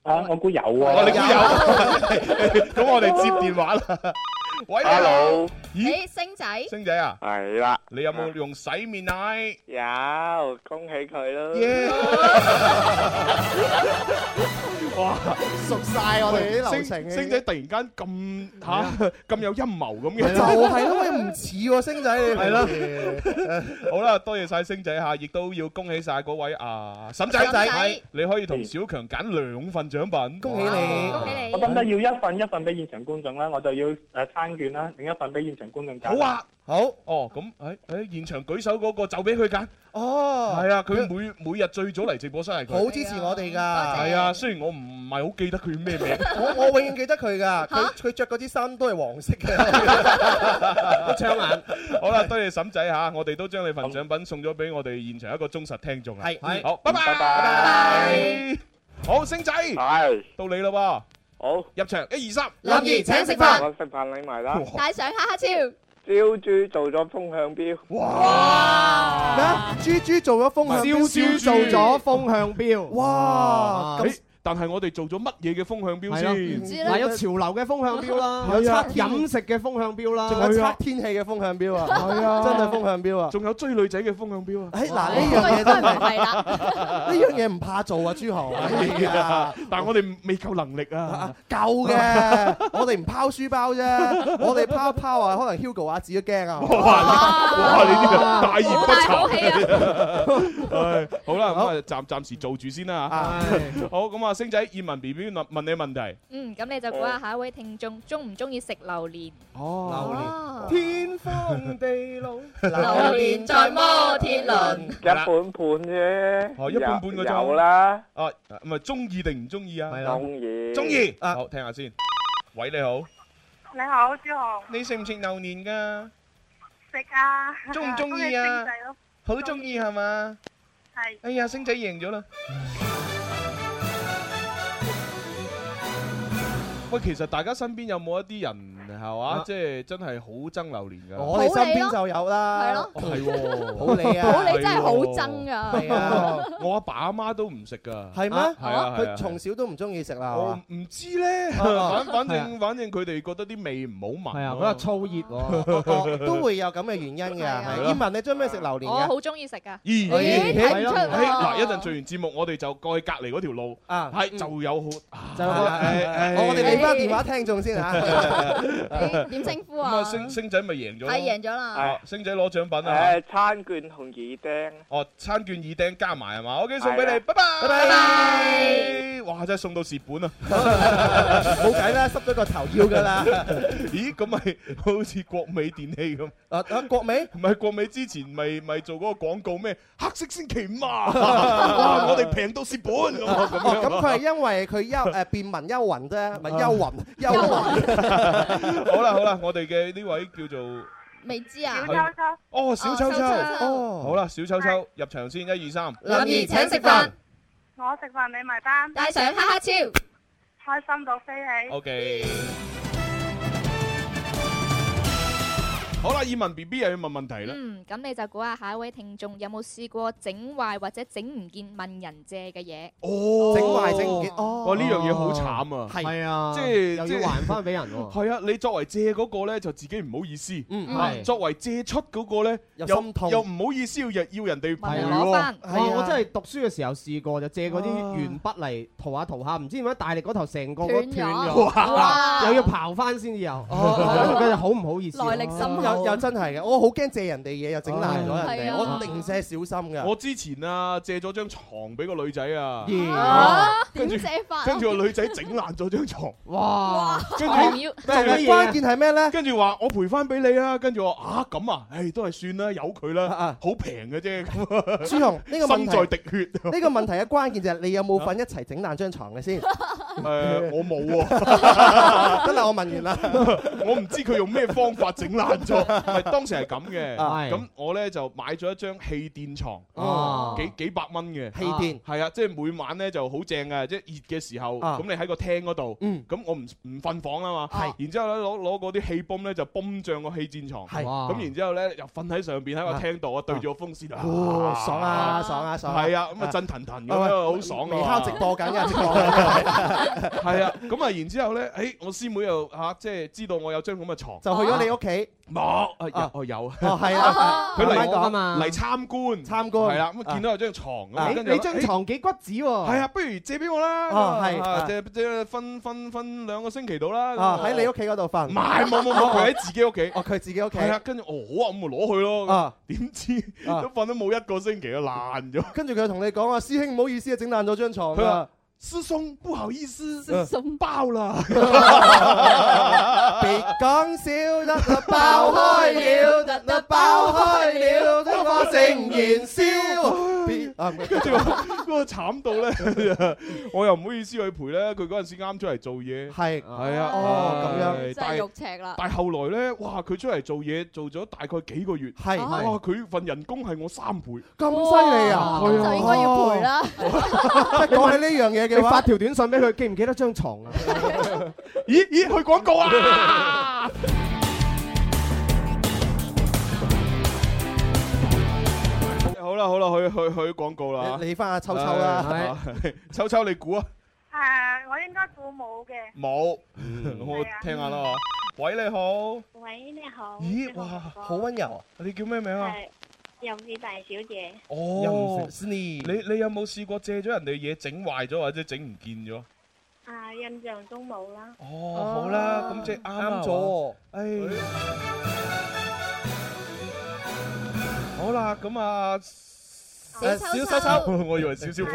Speaker 10: 啊，我估有啊。
Speaker 5: 我哋估 有，咁我哋接電話啦。喂你好
Speaker 10: Hello
Speaker 5: 咦，
Speaker 1: 星仔，
Speaker 5: 星仔啊，
Speaker 11: 係啦，
Speaker 5: 你有冇用洗面奶？
Speaker 11: 有，恭喜佢咯。
Speaker 5: 耶！哇，
Speaker 6: 熟晒我哋啲流程
Speaker 5: 星星仔突然間咁嚇咁有陰謀咁
Speaker 6: 就
Speaker 5: 嘅，
Speaker 6: 係咯，喂唔似喎，星仔你
Speaker 5: 係 啦，好啦，多謝晒星仔嚇，亦都要恭喜晒嗰位啊沈仔，
Speaker 6: 沈仔
Speaker 5: 你可以同小強揀兩份獎品，
Speaker 6: 恭喜你
Speaker 5: 哇
Speaker 10: 我得唔得要一份一份俾現場觀眾咧？我就要誒餐券啦，另一份俾現場觀眾揀。
Speaker 5: 好啊，好哦，咁喺喺現場舉手嗰個就俾佢揀，
Speaker 6: 哦，
Speaker 5: 係啊，佢每每日最早嚟直播室係佢，
Speaker 6: 好支持我哋㗎，
Speaker 5: 係啊，雖然我唔係好記得佢咩名，
Speaker 6: 我我永遠記得佢㗎，佢佢著嗰啲衫都係黃色嘅。
Speaker 5: 槍眼。好啦，多謝沈仔嚇，我哋都將你份獎品送咗俾我哋現場一個忠實聽眾啦。
Speaker 6: 係
Speaker 5: 好，拜拜，拜拜。好，星仔，
Speaker 11: 係
Speaker 5: 到你啦喎。
Speaker 11: 好，
Speaker 5: 入場一二三，
Speaker 1: 林怡請食飯
Speaker 11: 我食飯你埋啦。
Speaker 1: 帶上哈哈超，
Speaker 11: 燒豬做咗風向標。
Speaker 6: 咩啊？豬豬做咗風向標，
Speaker 5: 燒豬
Speaker 7: 做咗風向標。
Speaker 6: 哇！
Speaker 5: 誒但係我哋做咗乜嘢嘅風向標
Speaker 7: 係
Speaker 5: 先？
Speaker 7: 咯，嗱有潮流嘅風向標啦，有
Speaker 5: 係啊
Speaker 7: 測飲食嘅風向標啦，
Speaker 6: 仲有測天氣嘅風向標啊！
Speaker 7: 係啊
Speaker 6: 真係風向標啊！
Speaker 5: 仲有追女仔嘅風向標啊！
Speaker 6: 誒嗱，呢樣嘢真係呢樣嘢唔怕做啊，朱豪。係啊
Speaker 5: 但係我哋未夠能力啊！
Speaker 6: 夠嘅，我哋唔拋書包啫，我哋拋一拋啊，可能 Hugo 阿子都驚啊！
Speaker 5: 哇！你呢個大言不
Speaker 6: 好大口氣
Speaker 5: 慚。唉好啦，咁啊暫暫時做住先啦嚇。好咁啊，星仔，葉文 B B 問問你問題。
Speaker 9: 嗯，咁你就估下下一位聽眾中唔中意食榴蓮？
Speaker 5: 哦，
Speaker 7: 天荒地老，
Speaker 9: 榴蓮在摩天輪
Speaker 11: 一半半啫。
Speaker 5: 哦，一半半個鐘
Speaker 11: 有啦。
Speaker 5: 啊，唔係中意定唔中意啊？係
Speaker 11: 啦中意
Speaker 5: 中意。好，聽下先。喂，你好。
Speaker 12: 你好，朱紅。
Speaker 5: 你食唔食榴蓮㗎？
Speaker 12: 食啊？
Speaker 5: 中唔中意啊
Speaker 12: 恭喜星仔咯
Speaker 5: 好中意係嘛？
Speaker 12: 係。
Speaker 5: 哎呀，星仔贏咗啦！喂，其實大家身邊有冇一啲人係嘛，即係真係好憎榴蓮㗎？
Speaker 6: 我哋身邊就有
Speaker 1: 係
Speaker 6: 啦
Speaker 1: 咯，
Speaker 5: 哦係喎，
Speaker 6: 好你啊
Speaker 1: 好你真係好憎㗎
Speaker 5: 係喎
Speaker 6: 係啊！
Speaker 5: 我阿爸阿媽都唔食㗎，
Speaker 6: 係咩？
Speaker 5: 係啊，係啊
Speaker 6: 佢從小都唔中意食啦。
Speaker 5: 我唔知咧，
Speaker 6: 啊
Speaker 5: 反反
Speaker 6: 係
Speaker 5: 正反正佢哋覺得啲味唔好聞咯。
Speaker 7: 係啊，嗰日燥 熱喎。
Speaker 6: 哦都會有咁嘅原因嘅。
Speaker 5: 係
Speaker 6: 係
Speaker 5: 咯
Speaker 6: 葉文，你中唔中意食榴蓮
Speaker 9: 我
Speaker 6: 嘅？
Speaker 9: 好中意食噶。
Speaker 5: 咦
Speaker 6: 咦睇唔出喎
Speaker 5: 哎嗱，一陣做完節目，我哋就過去隔離嗰條路，
Speaker 6: 啊
Speaker 5: 係就有好，
Speaker 6: 就有個啊我哋俾翻電話聽眾先啊 嚇。
Speaker 1: 點點稱呼
Speaker 5: 咁啊，
Speaker 1: 啊？
Speaker 5: 星星仔咪贏咗咯，
Speaker 1: 係贏咗啦
Speaker 5: 啊星仔攞獎品啊
Speaker 11: 誒，！餐券同耳釘。
Speaker 5: 哦，餐券耳釘加埋係嘛？OK，送俾你，
Speaker 11: 係啊
Speaker 5: 拜拜，拜 拜。哇，真係送到蝕本 啊！
Speaker 6: 冇計啦，濕咗個頭要㗎啦。
Speaker 5: 咦，咁咪 好似國美電器咁？
Speaker 6: 啊啊，國美
Speaker 5: 唔係國美之前咪咪做嗰個廣告咩？黑色星期五啊！哇 我哋平到蝕本咁啊咁
Speaker 6: 哦，
Speaker 5: 樣。
Speaker 6: 咁佢係因為佢 幽誒變文幽魂啫，咪幽 魂幽魂。
Speaker 5: 好啦好啦，我哋嘅呢位叫做
Speaker 1: 未知
Speaker 5: 小
Speaker 1: 啊？
Speaker 5: 秋
Speaker 12: 秋。
Speaker 5: 哦小秋秋
Speaker 1: 哦
Speaker 5: 好啦，小秋秋入場先，一二三，
Speaker 1: 林怡請食飯。
Speaker 12: 我食飯你埋單。
Speaker 1: 帶上哈哈超，
Speaker 12: 開心到飛起。
Speaker 5: O K。好啦，葉問 B B 又要問問題啦。
Speaker 9: 嗯，咁你就估下下一位聽眾有冇試過整壞或者整唔見問人借嘅嘢？
Speaker 5: 哦
Speaker 6: 整壞整唔見哦
Speaker 5: 哇！呢樣嘢好慘啊，
Speaker 6: 係係啊
Speaker 5: 即係
Speaker 6: 又要
Speaker 5: 即係
Speaker 6: 還返俾人喎
Speaker 5: 係啊，你作為借嗰個咧，就自己唔好意思。
Speaker 6: 嗯
Speaker 5: 啊
Speaker 6: 係
Speaker 5: 作為借出嗰個咧，又
Speaker 6: 心痛
Speaker 5: 又唔好意思要人要人哋賠
Speaker 7: 係喎。啊
Speaker 5: 喎。
Speaker 7: 哇，
Speaker 6: 啊哦
Speaker 7: 我真係讀書嘅時候試過，就借嗰啲鉛筆嚟塗下塗下，唔知點解大力嗰頭成個嗰
Speaker 5: 斷咗。
Speaker 7: 斷咗。
Speaker 6: 哇。
Speaker 7: 又要刨返先至有。哦跟住佢就好唔好意思。
Speaker 6: 又又真係嘅，我好驚借人哋嘢又整爛咗人
Speaker 5: 係
Speaker 6: 哋，
Speaker 5: 啊
Speaker 6: 我零舍小心㗎。
Speaker 5: 我之前啊借咗張床俾個女仔啊
Speaker 6: 咦，
Speaker 5: 啊
Speaker 1: 點
Speaker 5: 跟住
Speaker 1: 借法啊
Speaker 5: 跟住個女仔整爛咗張床，
Speaker 1: 哇
Speaker 5: 跟住
Speaker 1: 仲要
Speaker 5: 但
Speaker 6: 仲有關鍵係咩咧？
Speaker 5: 跟住話我賠翻俾你啊！跟住我啊咁啊，唉都係算啦，由佢啦，好平嘅啫咁。
Speaker 6: 啊
Speaker 5: 啊
Speaker 6: 朱紅呢個問題
Speaker 5: 心在滴血，
Speaker 6: 呢個問 題嘅關鍵就係你有冇份一齊整爛張床嘅 先？誒，
Speaker 5: 我冇
Speaker 6: 喎。 得啦，我問完啦。
Speaker 5: 我唔知佢用咩方法整爛咗， 唔係當時係咁嘅。
Speaker 6: 啊 係
Speaker 5: 咁我咧就買咗一張氣墊床，
Speaker 6: 哦
Speaker 5: 幾幾百蚊嘅
Speaker 6: 氣墊
Speaker 5: 係啊，即係每晚咧就好正嘅，即係熱嘅時候，
Speaker 6: 啊嗯
Speaker 5: 咁你喺個廳嗰度，咁我唔唔瞓房啊嘛，然之後咧攞攞嗰啲氣泵咧就泵脹個氣墊床，
Speaker 6: 係哇
Speaker 5: 咁然之後咧又瞓喺上邊喺個廳度啊，對住個風扇啊，
Speaker 6: 哦爽啊爽啊爽啊
Speaker 5: 係啊，咁啊震騰騰咁樣
Speaker 6: 啊
Speaker 5: 好爽啊！
Speaker 6: 微烤直 播緊㗎直播
Speaker 5: 係啊，咁啊，然之後咧，誒，我師妹又嚇，即係知道我有張咁嘅床，
Speaker 6: 就去咗你屋企。
Speaker 5: 冇啊有哦有，
Speaker 6: 哦係啊
Speaker 5: 佢
Speaker 6: 慢慢
Speaker 5: 嚟
Speaker 6: 講啊嘛
Speaker 5: 嚟參觀，參
Speaker 6: 觀
Speaker 5: 係啦，咁啊見到有張床咁
Speaker 7: 啊
Speaker 5: 啊，跟住
Speaker 7: 你張床幾骨子喎？
Speaker 5: 係啊，不如借俾我啦，
Speaker 7: 哦
Speaker 5: 咁啊
Speaker 7: 係
Speaker 5: 啊借借分分分兩個星期到啦，咁
Speaker 6: 啊！喺你屋企嗰度瞓，
Speaker 5: 唔係冇 冇冇，佢喺自己屋企。
Speaker 6: 哦，佢自己屋企。
Speaker 5: 係啊，跟住哦好啊，咁咪攞去咯
Speaker 6: 啊。
Speaker 5: 點知
Speaker 6: 啊
Speaker 5: 都瞓咗冇一個星期啊，爛咗。
Speaker 6: 跟住佢同你講啊，師兄唔好意思啊，整爛咗張床
Speaker 5: 佢話
Speaker 6: 啊，
Speaker 5: 師兄不好意思，ờ,
Speaker 6: 師
Speaker 5: 兄爆啦。
Speaker 6: 別講笑得啦，爆開了得啦，爆開了，得化成燃燒。別啊，唔
Speaker 5: 跟住嗰個慘到
Speaker 6: 哦
Speaker 5: 咧，我又唔好意思去賠咧。佢嗰陣時啱出嚟做嘢，
Speaker 6: 係
Speaker 5: 係啊，
Speaker 6: 哦
Speaker 5: 唉
Speaker 1: 真係肉赤啦
Speaker 5: 但係後來咧，哇！佢出嚟做嘢做咗大概幾個月，
Speaker 6: 係
Speaker 5: 哇！
Speaker 6: 係
Speaker 5: 佢份人工係我三倍，
Speaker 6: 咁犀利啊！
Speaker 5: 哇咁就應該要賠 啦哦
Speaker 6: 即係講起呢樣嘢嘅話，
Speaker 7: 你發條短信俾佢，記唔記得張床啊？
Speaker 5: 咦咦，去廣告啊！好啦好啦，去去去廣告啦，
Speaker 6: 你翻下秋秋啦，
Speaker 5: 唉 秋秋你估啊？
Speaker 12: 誒，我應該估冇嘅。
Speaker 5: 冇，
Speaker 6: 嗯
Speaker 5: 我聽下啦。喂，你好。
Speaker 13: 喂，你好。
Speaker 5: 咦，
Speaker 13: 你好
Speaker 5: 哇，
Speaker 13: 哥
Speaker 5: 好
Speaker 6: 温柔。
Speaker 5: 你叫咩名啊？
Speaker 13: 係任是大小姐。
Speaker 5: 哦，你你有冇試過借咗人哋嘢整壞咗或者整唔見咗？
Speaker 13: 啊，印象中冇啦。
Speaker 5: 哦，好啦，咁即係啱咗。哎，好啦，咁啊。
Speaker 13: 小秋秋小秋秋
Speaker 5: 我以為小小鳳，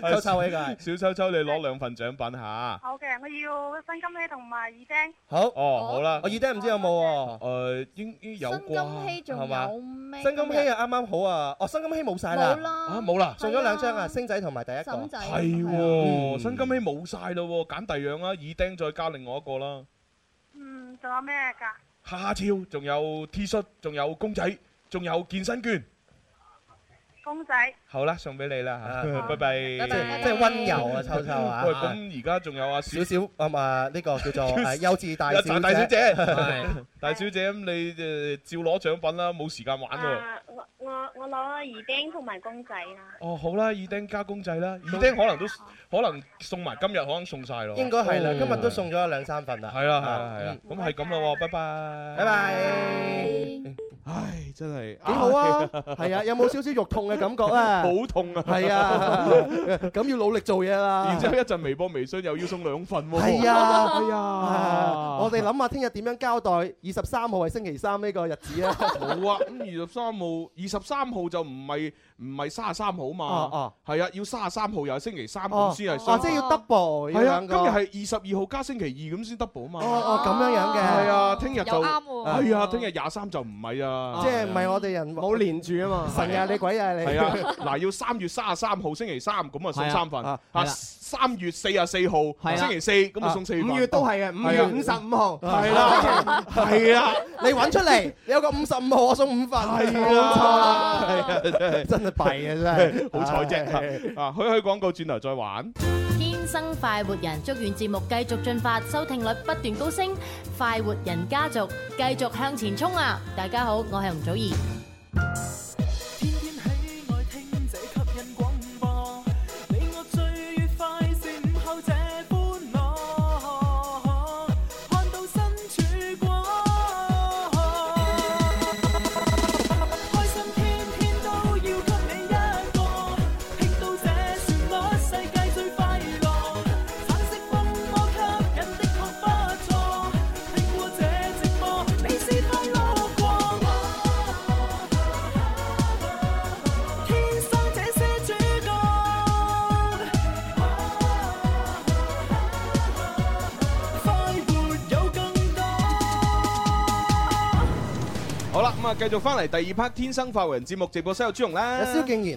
Speaker 7: 秋秋呢個係
Speaker 5: 小秋秋，你攞兩份獎品吓。
Speaker 12: 好嘅，我要新金禧同埋耳釘。
Speaker 5: 好，哦，好啦，我耳釘唔知有冇喎，誒，應應有啩，係嘛？
Speaker 1: 咩
Speaker 6: 新金禧啊，啱啱好啊！哦，新金禧冇晒啦，
Speaker 1: 冇啦
Speaker 5: 啊，冇啦，
Speaker 6: 送咗兩張啊，星仔同埋第一個
Speaker 1: 嬸仔
Speaker 5: 係喎，新金禧冇晒咯喎，揀第二樣啦，耳釘再加另外一個啦，
Speaker 12: 嗯，仲有咩㗎？
Speaker 5: 蝦超，仲有 T 恤，仲有公仔，仲有健身券。
Speaker 12: 公仔。
Speaker 5: 好啦，送俾你啦嚇，
Speaker 6: 啊
Speaker 5: 拜拜。
Speaker 6: 拜拜即係温柔啊秋秋啊
Speaker 5: 喂，咁而家仲有啊
Speaker 6: 少少咁啊，呢個叫做
Speaker 5: 幼
Speaker 6: 誒幼
Speaker 5: 稚
Speaker 6: 稚大小
Speaker 5: 大小姐
Speaker 6: 係，
Speaker 5: 大小姐咁你誒照攞獎品啦，冇時間玩喎。
Speaker 13: 啊，我我我攞耳釘同埋公仔啊啦。
Speaker 5: 哦，好啦，耳釘加公仔啦，耳釘可能都可能送埋今日，可能送晒咯。
Speaker 6: 應該係啦，今日都送
Speaker 5: 咗。
Speaker 6: 咗兩三份啦。
Speaker 5: 係啦，係啦，係啦，咁係咁啦喎，拜拜。
Speaker 6: 拜拜。
Speaker 5: 唉，真係
Speaker 6: 幾好啊！係啊，有冇少少肉痛嘅感覺 啊？
Speaker 5: 好痛啊！
Speaker 6: 係啊，咁要努力做嘢啦。
Speaker 5: 然之後一陣微博、微信又要送兩份喎。
Speaker 6: 係 啊，
Speaker 5: 係啊
Speaker 6: 啊，我哋諗下聽日點樣交代二十三號係星期三呢個日子 啊？
Speaker 5: 冇啊，咁二十三號，二十三號就唔係唔係三十三號嘛
Speaker 6: 哦，哦
Speaker 5: 係啊，要三十三號又係星期三
Speaker 6: 哦
Speaker 5: 咁先係
Speaker 6: 哦
Speaker 5: 雙，
Speaker 6: 即係要 double 要
Speaker 5: 係啊，
Speaker 6: 兩
Speaker 5: 今
Speaker 6: 個
Speaker 5: 日係二十二號加星期二咁先 double 啊嘛。
Speaker 6: 哦哦咁樣樣嘅
Speaker 5: 係啊，聽日就
Speaker 6: 又啱喎
Speaker 5: 係啊，聽日廿三就唔係啊，
Speaker 6: 即係唔係我哋人冇連住啊嘛？神呀你鬼呀你！
Speaker 5: 係啊，嗱，要三月三十三號星期三咁啊送三份，
Speaker 6: 係
Speaker 5: 啊
Speaker 6: 啊係啦
Speaker 5: 三月四十四號
Speaker 6: 係啦
Speaker 5: 星期四咁啊送四份，
Speaker 7: 五月都係嘅，五
Speaker 5: 係
Speaker 7: 月
Speaker 5: 啊
Speaker 7: 五十五號。
Speaker 5: 係啦，係啊，
Speaker 6: 你揾出嚟，你有個五十五號，我送五份，係冇
Speaker 5: 啦
Speaker 6: 錯啦。
Speaker 5: 係啊，真係
Speaker 6: 真係弊啊真係
Speaker 5: 好彩啫，啊，去去廣告轉頭再玩。
Speaker 13: 天
Speaker 14: 天生快活人，祝願節目繼續進發，收聽率不斷高升，快活人家族繼續向前衝啊！大家好，我係吳祖兒。
Speaker 15: 天天喜愛聽這吸引廣播，你我最愉快是午後這歡樂，看到身曙光，開心天天都要給你一個，聽到這旋律世界最快樂，橙色風波吸引的確不錯，聽過這直播你是快樂過。天生這些主角，快活有更多。
Speaker 5: 好啦，咁啊，繼續翻嚟第二 part《天生快活人》節目直播室有朱容啦，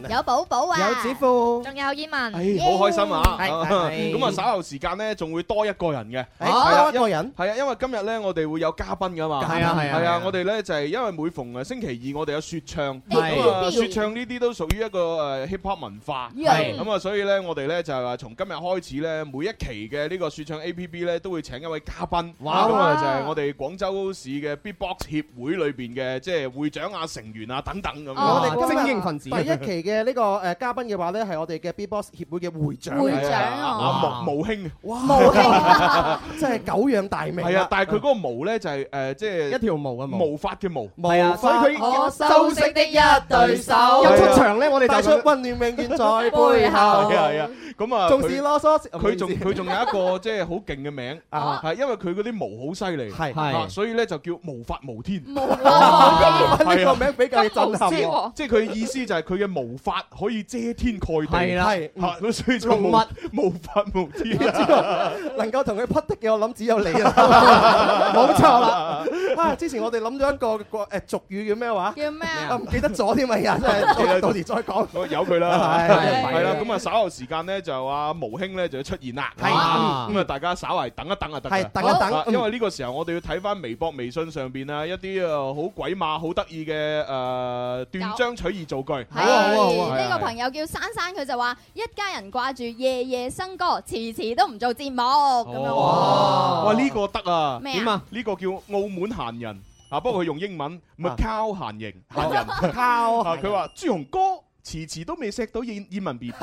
Speaker 1: 有寶寶啊，
Speaker 5: 有子富
Speaker 9: 仲有燕文，
Speaker 5: 唉哎好開心啊！
Speaker 9: 係係 係
Speaker 5: 咁啊，稍後時間咧，仲會多一個人嘅，
Speaker 9: 誒
Speaker 5: 係啊
Speaker 9: 多一個人，
Speaker 5: 係啊，因為今日咧，我哋會有嘉賓噶嘛，
Speaker 7: 係啊係啊
Speaker 5: 係
Speaker 7: 係
Speaker 5: 啊
Speaker 7: 啊，
Speaker 5: 我哋咧就係因為每逢誒呃星期二，我哋有説唱，
Speaker 7: 係
Speaker 5: 咁啊説唱呢啲都屬於一個誒呃 hip hop 文化，
Speaker 7: 係
Speaker 5: 咁啊，所以咧，我哋咧就係話從今日開始咧，每一期嘅呢個説唱 A P P 咧，都會請一位嘉賓，
Speaker 7: 哇
Speaker 5: 咁啊就係我哋廣州市嘅 Beatbox 協會裏邊嘅即係會長啊、成員啊等等咁樣，
Speaker 6: 哦我哋今日第一期嘅呢個誒嘉賓嘅話咧，係我哋嘅 B-box 協會嘅會長嚟嘅。
Speaker 5: 會長啊啊毛毛兄，
Speaker 6: 哇，
Speaker 5: 毛 兄
Speaker 6: 真係久仰大名。
Speaker 5: 係啊，但係佢嗰個毛咧就係誒，即係一條毛嘅毛，毛髮嘅毛，
Speaker 6: 係啊所以佢我修飾的一對手
Speaker 5: 啊
Speaker 6: 一出場呢我哋就咁樣帶出溫暖永遠在背
Speaker 5: 係
Speaker 6: 後
Speaker 5: 啊係啊，咁 啊，
Speaker 6: 仲
Speaker 5: 佢
Speaker 6: 是囉嗦
Speaker 5: 佢仲
Speaker 6: 唔好意 思
Speaker 5: 佢仲有一個即係好勁嘅名
Speaker 6: 啊
Speaker 5: 係因為佢嗰啲毛好犀利，
Speaker 6: 係
Speaker 5: 啊所以咧就叫無法無天。啊
Speaker 6: 哇
Speaker 5: 係啊
Speaker 6: 呢個名比較有震撼
Speaker 5: 即
Speaker 6: 喎
Speaker 5: 即係佢意思就係佢嘅毛髮可以遮天蓋地，
Speaker 6: 係啦係
Speaker 5: 嚇咁所以就
Speaker 6: 動
Speaker 5: 無
Speaker 6: 物
Speaker 5: 無法無天。
Speaker 6: 能夠同佢匹敵嘅，我諗只有你啦，
Speaker 5: 啊
Speaker 6: 冇錯啦。啊，之前我哋諗咗一個國誒俗語叫咩話？
Speaker 9: 叫咩
Speaker 6: 啊？唔記得咗添啊！真係到到時再講。
Speaker 5: 由 佢啦，
Speaker 6: 係係
Speaker 5: 係 啦，咁啊稍後時間咧就阿毛兄咧就要出現啦，
Speaker 6: 係
Speaker 5: 啊
Speaker 6: 嗯
Speaker 5: 咁啊大家稍為等一等啊得㗎，
Speaker 6: 係等一等
Speaker 5: 啊
Speaker 6: 嗯
Speaker 5: 因為呢個時候我哋要睇翻微博、微信上邊啊一啲啊好鬼馬、好得意嘅誒斷章取義造句，啊
Speaker 1: 係呢個朋友叫珊珊，佢就話一家人掛住夜夜笙歌，遲遲都唔做節目咁樣喎。
Speaker 5: 哦哇呢個得啊，
Speaker 1: 咩啊點啊？
Speaker 5: 呢個叫澳門閒人啊，不過佢用英文咪靠閒人閒人
Speaker 6: 靠
Speaker 5: 啊，佢話朱紅哥遲遲都未錫到燕燕文 B B。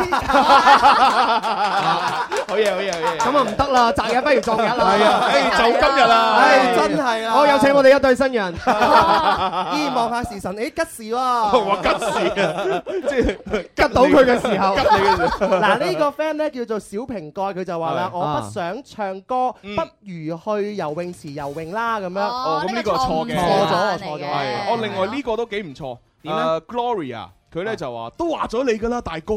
Speaker 5: 好嘢，好嘢，好嘢！
Speaker 7: 咁啊唔得啦，擇日不如撞日啦。
Speaker 5: 係啊哎就今日啦
Speaker 7: 唉，
Speaker 6: 真係啦
Speaker 7: 我有請我哋一對新人。
Speaker 6: 咦，望下時辰，誒吉時喎。
Speaker 5: 我吉事啊，即係吉
Speaker 6: 到佢嘅時候，
Speaker 5: 吉你嘅時候
Speaker 6: 嗱呢個 friend 咧叫做小瓶蓋，佢就話啦：
Speaker 5: 係
Speaker 6: 我
Speaker 5: 啊
Speaker 6: 不想唱歌，不如去游泳池游泳啦咁樣。
Speaker 5: 哦，咁呢個係錯嘅，
Speaker 6: 錯咗，錯咗。
Speaker 5: 係哦，另外呢個都幾唔錯。
Speaker 6: 點咧
Speaker 5: 誒？Gloria 佢咧就話都話咗你㗎啦，大哥。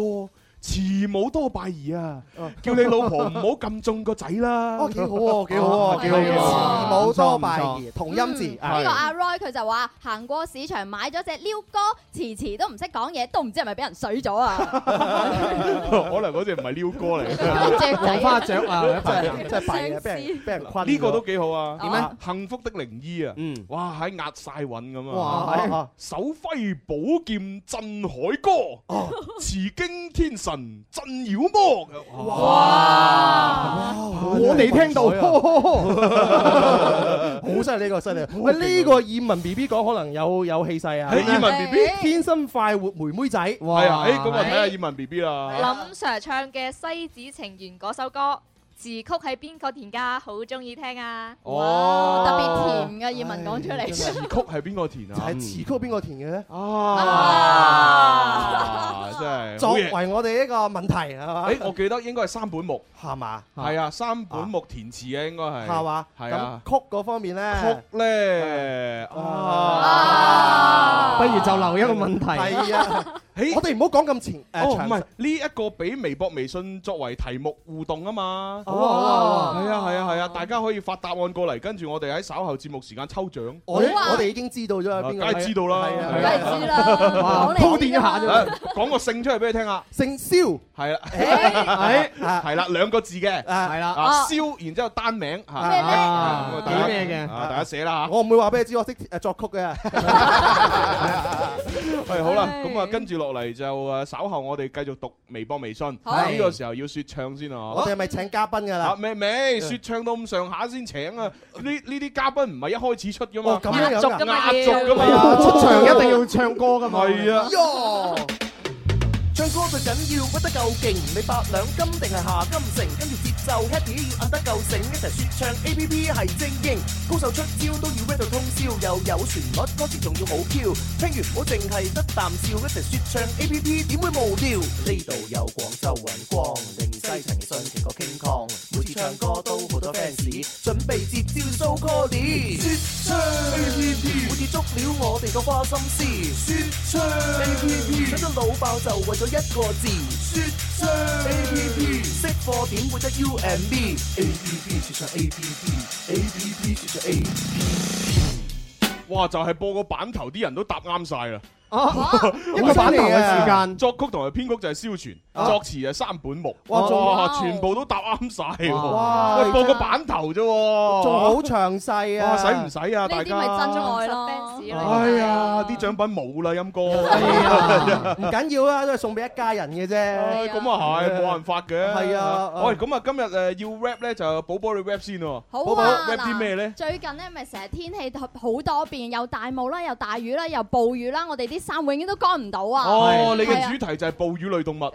Speaker 5: 慈母多敗兒啊！叫你老婆唔好咁重個仔啦。
Speaker 6: 哦，幾好喎，幾好喎，幾好喎。慈母多敗兒，同音字。
Speaker 1: 呢個阿 Roy 佢就話行過市場買咗只鷯哥，遲遲都唔識講嘢，都唔知係咪俾人水咗啊！
Speaker 5: 可能嗰只唔係撩哥 嚟嘅，
Speaker 1: 嗰隻仔黃花雀啊
Speaker 6: 真係真係弊啊俾人俾人困咗
Speaker 5: 呢個都幾好啊！
Speaker 6: 點咧？
Speaker 5: 幸福的靈醫啊！哇，喺壓晒韻咁
Speaker 6: 哇
Speaker 5: 啊
Speaker 6: 係！
Speaker 5: 手揮寶劍震海
Speaker 9: 哦
Speaker 5: 歌，持經天神震妖魔。
Speaker 6: 哇！我哋聽到，
Speaker 5: 真係好
Speaker 6: 好犀利呢個犀利。喂，呢個葉文 B B 講可能有有氣勢啊！
Speaker 5: 係葉文 BB
Speaker 6: 天生快活妹妹仔，
Speaker 5: 係啊，誒咁啊，睇下
Speaker 9: 係
Speaker 5: 葉文 B B 啦。
Speaker 9: 林 Sir 唱嘅《西子情緣》嗰首歌，詞曲係邊個填㗎？好中意聽啊！
Speaker 5: 哦，
Speaker 9: 特別甜嘅葉文講出嚟
Speaker 5: 詞曲係邊個填啊？
Speaker 6: 係詞曲邊個填嘅咧？
Speaker 5: 啊，真係
Speaker 6: 作
Speaker 5: 好
Speaker 6: 為
Speaker 5: 嘢。
Speaker 6: 我哋一個問題係嘛？
Speaker 5: 誒，我記得應該係三本木，
Speaker 6: 係嘛？
Speaker 5: 係啊，三本木填詞嘅應該係，
Speaker 6: 係嘛？
Speaker 5: 係啊。
Speaker 6: 咁曲嗰方面咧，
Speaker 5: 曲咧
Speaker 6: 啊
Speaker 5: 啊，
Speaker 6: 不如
Speaker 7: 就留一個問題
Speaker 6: 係 啊，
Speaker 5: 誒
Speaker 6: 我哋唔好講咁前
Speaker 5: 哦，
Speaker 6: 誒
Speaker 5: 唔
Speaker 6: 詳
Speaker 5: 係
Speaker 6: 細。
Speaker 5: 呢一個俾微博、微信作為題目互動啊嘛。
Speaker 6: 好啊好啊好啊
Speaker 5: 係啊係啊係啊，大家可以發答案過嚟，跟住我哋喺稍後節目時間抽獎。
Speaker 6: 我我哋已經知道咗係邊個，
Speaker 5: 啊梗係知道啦，
Speaker 6: 係啊
Speaker 5: 係啊
Speaker 6: 梗係知啦
Speaker 5: 哇
Speaker 6: 講嚟鋪墊一下啫
Speaker 5: 啊講個姓出嚟俾你聽啊下，
Speaker 6: 姓蕭，
Speaker 5: 係啦，
Speaker 6: 誒哎
Speaker 5: 係啦，兩個字嘅，
Speaker 6: 係啦
Speaker 5: 啊
Speaker 6: 哦
Speaker 5: 蕭，然之後單名嚇，
Speaker 6: 咩咧
Speaker 5: 啊咁啊大家
Speaker 6: 幾咩嘅
Speaker 5: 啊大家寫啦嚇。
Speaker 6: 我唔會話俾你知我識誒作曲嘅。
Speaker 5: 係好啦，咁啊跟住落落嚟就誒稍後我哋繼續讀微博、微信。
Speaker 6: 好
Speaker 5: 呢個時候要説唱先啊！
Speaker 6: 我哋係咪請嘉賓㗎
Speaker 5: 啊
Speaker 6: 啦？
Speaker 5: 未未，説唱到咁上下先請啊！呢呢啲嘉賓唔係一開始出噶嘛，
Speaker 6: 咁樣有㗎壓軸㗎嘛
Speaker 5: 壓軸噶
Speaker 6: 係
Speaker 5: 嘛，
Speaker 6: 啊出場一定要唱歌㗎嘛
Speaker 5: 係啊，
Speaker 8: 哟，唱歌最緊要屈得夠勁，你八兩金定係下金城，跟住節奏 happy 要摁得夠醒，一齊説唱 A P P 係精英，高手出招都要 rap 到通宵，又有旋律，歌詞仲要好 Q，聽完唔好淨係得啖笑，一齊説唱 A P P 點會無聊？呢度有廣州雲光，定西陳奕迅，勁過 King Kong，每次唱歌都好多 fans，準備接招 show call 啲，説唱 A P P，每次捉了我哋個花心思，説唱 A P P，想得老爆就為咗一個字，説唱 A P P，識貨點會得 U and B，A P P 説唱 A P P，A P P 説唱 A P P。
Speaker 5: 哇！就係播個版頭，啲人都答啱晒啦。
Speaker 6: 一個版頭嘅時間，
Speaker 5: 作曲同埋編曲就係蕭傳，
Speaker 6: 啊
Speaker 5: 作詞係三本木，
Speaker 6: 哇仲
Speaker 5: 哇！全部都答啱晒喎，
Speaker 6: 哇
Speaker 5: 喂播個版頭啫喎，
Speaker 6: 仲好詳細啊！
Speaker 5: 哇使唔使啊大家呢啲咪真愛
Speaker 1: 咯
Speaker 5: 哎呀，啲獎品冇啦，陰哥。
Speaker 6: 唔緊要啊，都係送俾一家人嘅啫。
Speaker 5: 咁
Speaker 1: à.
Speaker 5: 啊
Speaker 6: à.
Speaker 5: 係，冇辦法嘅。
Speaker 6: 係啊啊
Speaker 5: 喂，咁啊今日誒要 rap 咧，就寶寶你 rap 先喎。
Speaker 1: 好
Speaker 5: 寶寶
Speaker 1: 啊！
Speaker 5: rap 啲咩
Speaker 1: 嗱
Speaker 5: 咧，？
Speaker 1: 最近咧咪成日天氣好多變，又大霧啦，又大雨啦，又暴雨啦，我哋啲衫永遠都乾唔到啊！
Speaker 5: 哦，你
Speaker 1: 係啊
Speaker 5: 嘅主題就係哺乳類動物。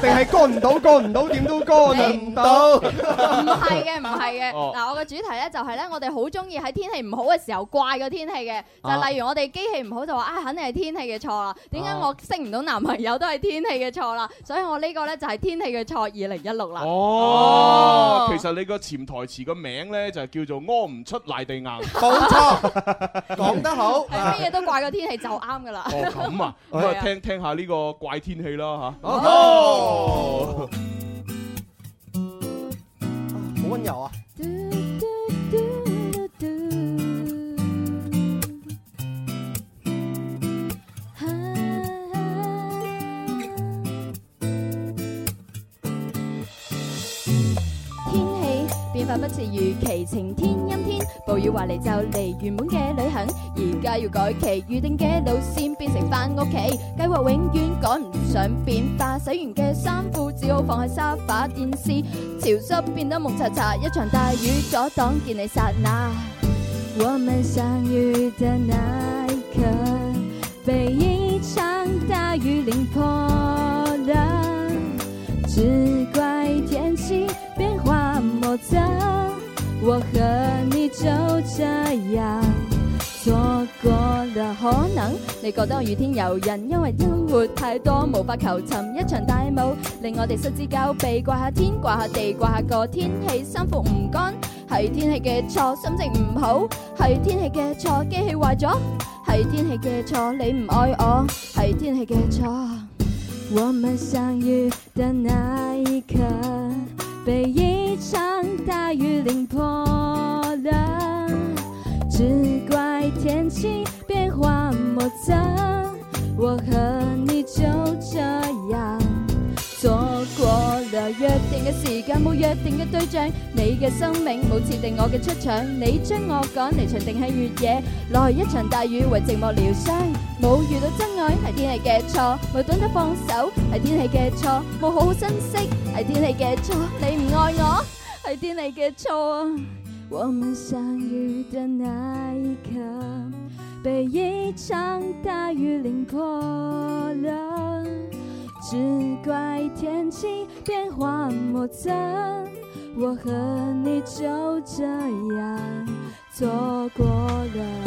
Speaker 6: 定係乾唔到，乾唔到點都乾唔到。
Speaker 1: 唔係嘅，唔係 嘅。
Speaker 6: 哦
Speaker 1: 嗱，我嘅主題咧就係咧，我哋好中意喺天氣唔好嘅時候怪個天氣嘅，就
Speaker 9: 啊
Speaker 1: 例如我哋機器唔好就話啊，肯定係天氣嘅錯啦。點解
Speaker 5: 啊
Speaker 1: 我識唔到男朋友都係天氣嘅錯啦？所以我呢個咧就係天氣嘅錯二零一六啦。
Speaker 5: 哦，其實你個潛台詞個名咧就叫做屙唔出賴地硬。
Speaker 6: 冇錯，講得好。
Speaker 1: 係乜嘢都怪個天氣就啱噶啦。
Speaker 5: 哦， 咁啊，咁
Speaker 1: 係
Speaker 5: 啊
Speaker 1: 啊
Speaker 5: 聽聽下呢個怪天氣啦吓。
Speaker 6: 哦，好温柔啊！
Speaker 1: 天氣變化不似預期，晴天陰天，暴雨話嚟就嚟，原本嘅旅行而家要改期，預定嘅路線變成翻屋企，計劃永遠趕唔上變化，洗完嘅衫褲只好放喺沙發，電視潮濕變得蒙查查，一場大雨阻擋見你剎那，我們相遇的那一刻，被一場大雨淋破了。只怪天氣變化莫測，我和你就這樣錯過了。可能你覺得我雨天尤人，因為生活太多無法求尋。一場大霧令我哋失之交臂，怪下天，怪下地，怪下個天氣，衫褲唔乾係天氣嘅錯，心情唔好係天氣嘅錯，機器壞咗係天氣嘅錯，你唔愛我係天氣嘅錯。我們相遇的那一刻，被一場大雨淋破了。只怪天氣變化莫測，我和你就這樣錯過了約定嘅時間，冇約定嘅對象，你嘅生命冇設定我嘅出場，你將我趕離場定喺越野，來一場大雨為寂寞療傷，冇遇到真愛係天氣嘅錯，冇懂得放手係天氣嘅錯，冇好好珍惜係天氣嘅錯，你唔愛我係天氣嘅錯啊！我們相遇的那一刻，被一場大雨淋破了。只怪天氣變化莫測，我和你就這樣錯過了。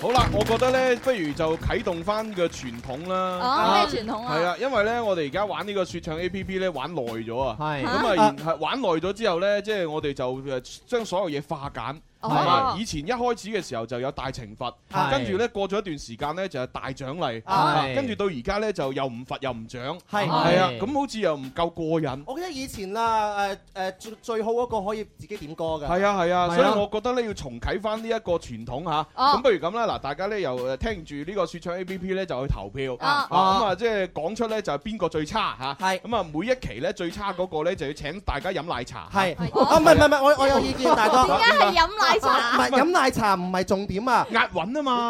Speaker 5: 好啦，我覺得咧，不如就啟動翻個傳統啦。
Speaker 1: 哦咩傳統啊
Speaker 5: 係啊，因為咧，我哋而家玩呢個説唱 A P P 咧，玩耐咗啊。係咁啊，
Speaker 6: 嚇
Speaker 5: 然係玩耐咗之後咧，即係我哋就誒將所有嘢化簡。
Speaker 6: 哦
Speaker 5: 係嘛以前一開始嘅時候就有大懲罰，
Speaker 6: 係
Speaker 5: 跟住咧過咗一段時間咧就係大獎勵，啊
Speaker 6: 係
Speaker 5: 跟住到而家咧就又唔罰又唔獎，
Speaker 6: 係
Speaker 5: 係啊，
Speaker 6: 係
Speaker 5: 咁好似又唔夠過癮。
Speaker 6: 我記得以前啊，誒誒最最好嗰個可以自己點歌㗎。
Speaker 5: 係啊係啊，所以我覺得咧要重啟翻呢一個傳統嚇。
Speaker 6: 哦
Speaker 5: 咁不如咁啦，嗱，大家咧又誒聽住呢個説唱 A P P 咧就去投票。啊
Speaker 6: 啊
Speaker 5: 咁啊，即係講出咧就係邊個最差嚇。係。咁啊，每一期咧最差嗰個咧就要請大家飲奶茶。係。
Speaker 6: 哦 啊唔係唔係唔係，我我有意見，大哥。
Speaker 5: 點解係
Speaker 1: 飲奶奶茶。
Speaker 6: 唔係，飲奶茶唔係重點啊。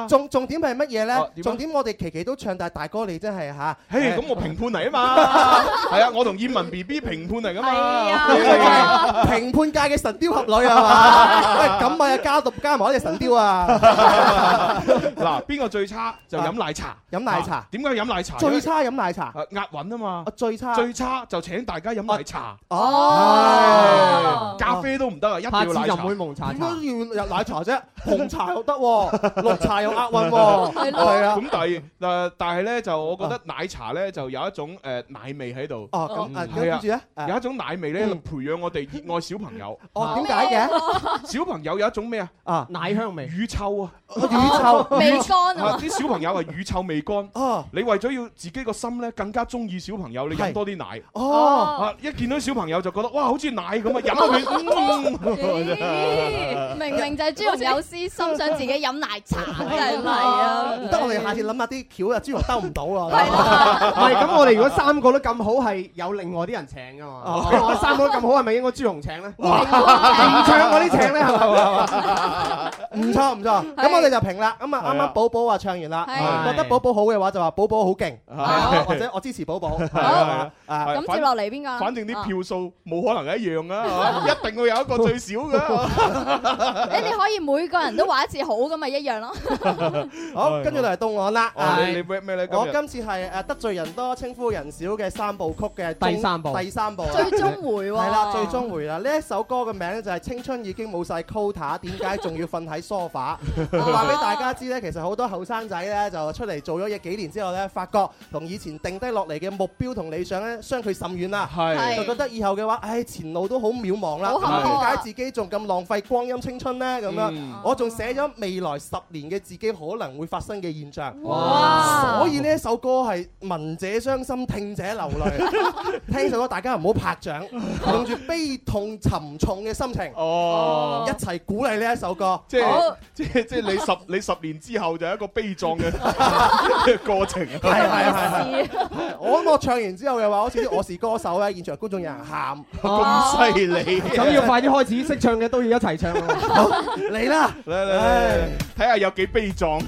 Speaker 6: 重-重點係乜嘢呢？重點我哋期期都唱，但係大哥你真係嚇，
Speaker 5: 嘿，
Speaker 6: 誒，
Speaker 5: 咁我評判嚟啊嘛，係啊，我同葉文 B B 評判嚟噶
Speaker 6: 啊
Speaker 5: 啊嘛，
Speaker 6: 評判界嘅神雕俠侶係嘛？喂，咁咪加到-加埋我哋神雕啊。
Speaker 5: 嗱，邊個最差就飲奶茶，
Speaker 6: 飲奶茶
Speaker 5: 啊點解飲奶茶？
Speaker 6: 最差飲奶茶，
Speaker 5: 壓韻啊嘛，
Speaker 6: 最差
Speaker 5: 最差就請大家飲奶茶，
Speaker 6: 哦
Speaker 5: 唉咖啡都唔得啊，一定要奶茶，
Speaker 6: 點解要入奶茶啫？紅茶又得喎，綠茶又押韻喎。係啊。
Speaker 5: 咁但係誒，但係咧就我覺得奶茶咧就有一種誒奶味喺度。
Speaker 6: 哦咁
Speaker 5: 嗯
Speaker 6: 啊
Speaker 5: 係
Speaker 6: 跟住咧
Speaker 5: 啊，有一種奶味咧培養我哋熱愛小朋友。
Speaker 6: 哦點解嘅
Speaker 5: 小朋友有一種咩啊？
Speaker 6: 啊，
Speaker 5: 奶香味、乳臭啊，乳
Speaker 6: 哦乳臭未乾啊
Speaker 5: 啲小朋友係乳臭未乾。
Speaker 6: 哦，
Speaker 5: 你為咗要自己個心咧更加中意小朋友，你飲多啲奶。
Speaker 6: 哦
Speaker 5: 啊，一見到小朋友就覺得哇，好似奶咁啊，飲落去嗯。
Speaker 1: 咦明明就係朱紅有私心，想自己飲奶茶，真係唔係啊！
Speaker 6: 唔得，我哋下次諗下啲橋啊，朱紅兜唔到啊。
Speaker 7: 唔係，咁我哋如果三個都咁好，係有另外啲人請㗎嘛。 我話三個都咁好，係咪應該朱紅請呢？
Speaker 6: 唔錯，唔錯。咁我哋就評啦。咁啊，
Speaker 7: 係啊。
Speaker 6: 啱啱寶寶話唱完啦。
Speaker 7: 係。
Speaker 6: 覺得寶寶好嘅話，就話寶寶好勁。啊
Speaker 5: 係。
Speaker 6: 或者我支持寶寶。
Speaker 5: 係，係，係。
Speaker 6: 啊。
Speaker 5: 係，反-反正啲票數冇可能一樣啊， 係嘛？一定會有一個最少㗎。
Speaker 1: 你你可以每個人都話一次好咁咪一樣咯。
Speaker 5: 哎
Speaker 6: 好，跟住嚟到我啦。
Speaker 5: 哦，
Speaker 6: 啊
Speaker 5: 你-你 rap 咩呢？
Speaker 6: 我
Speaker 5: 今日？
Speaker 6: 今次係誒得罪人多、稱呼人少嘅三部曲嘅
Speaker 7: 第
Speaker 6: 中
Speaker 7: 三部
Speaker 6: 第三部啊
Speaker 7: 最終回喎
Speaker 6: 係啦，最終回啦！呢一首歌嘅名咧就係《青春已經冇晒 quota》，點解仲要瞓喺 sofa？話俾大家知咧，其實好多後生仔咧就出嚟做咗嘢幾年之後咧，發覺同以前定低落嚟嘅目標同理想咧相距甚遠啦，
Speaker 5: 係
Speaker 6: 就覺得以後嘅話，唉前路都好渺茫啦，
Speaker 5: 好坎坷
Speaker 6: 點
Speaker 5: 啊
Speaker 6: 解自己仲咁浪費光陰青春呢？咁
Speaker 5: 嗯
Speaker 6: 樣我仲寫咗未來十年嘅自己可能會發生嘅現象。
Speaker 5: 哇
Speaker 6: 所以呢一首歌係聞者傷心，聽者流 淚。啊聽首歌大家唔好拍 掌，用住悲痛沉重嘅心情，
Speaker 5: 哦
Speaker 6: 一齊鼓勵呢一首歌。
Speaker 5: 即係-
Speaker 6: 好
Speaker 5: 即係- 即係你十-你十年之後就係一個悲壯嘅過程。啊
Speaker 6: 係，係，係，係。我諗我唱完之後嘅話，好似啲我是歌手咧，現場觀眾有人喊，
Speaker 5: 咁犀利
Speaker 7: 咁要快啲開始，識唱嘅都要一齊唱啊。
Speaker 6: 嚟啦。
Speaker 5: 啊嚟，嚟，嚟，睇下有幾悲壯。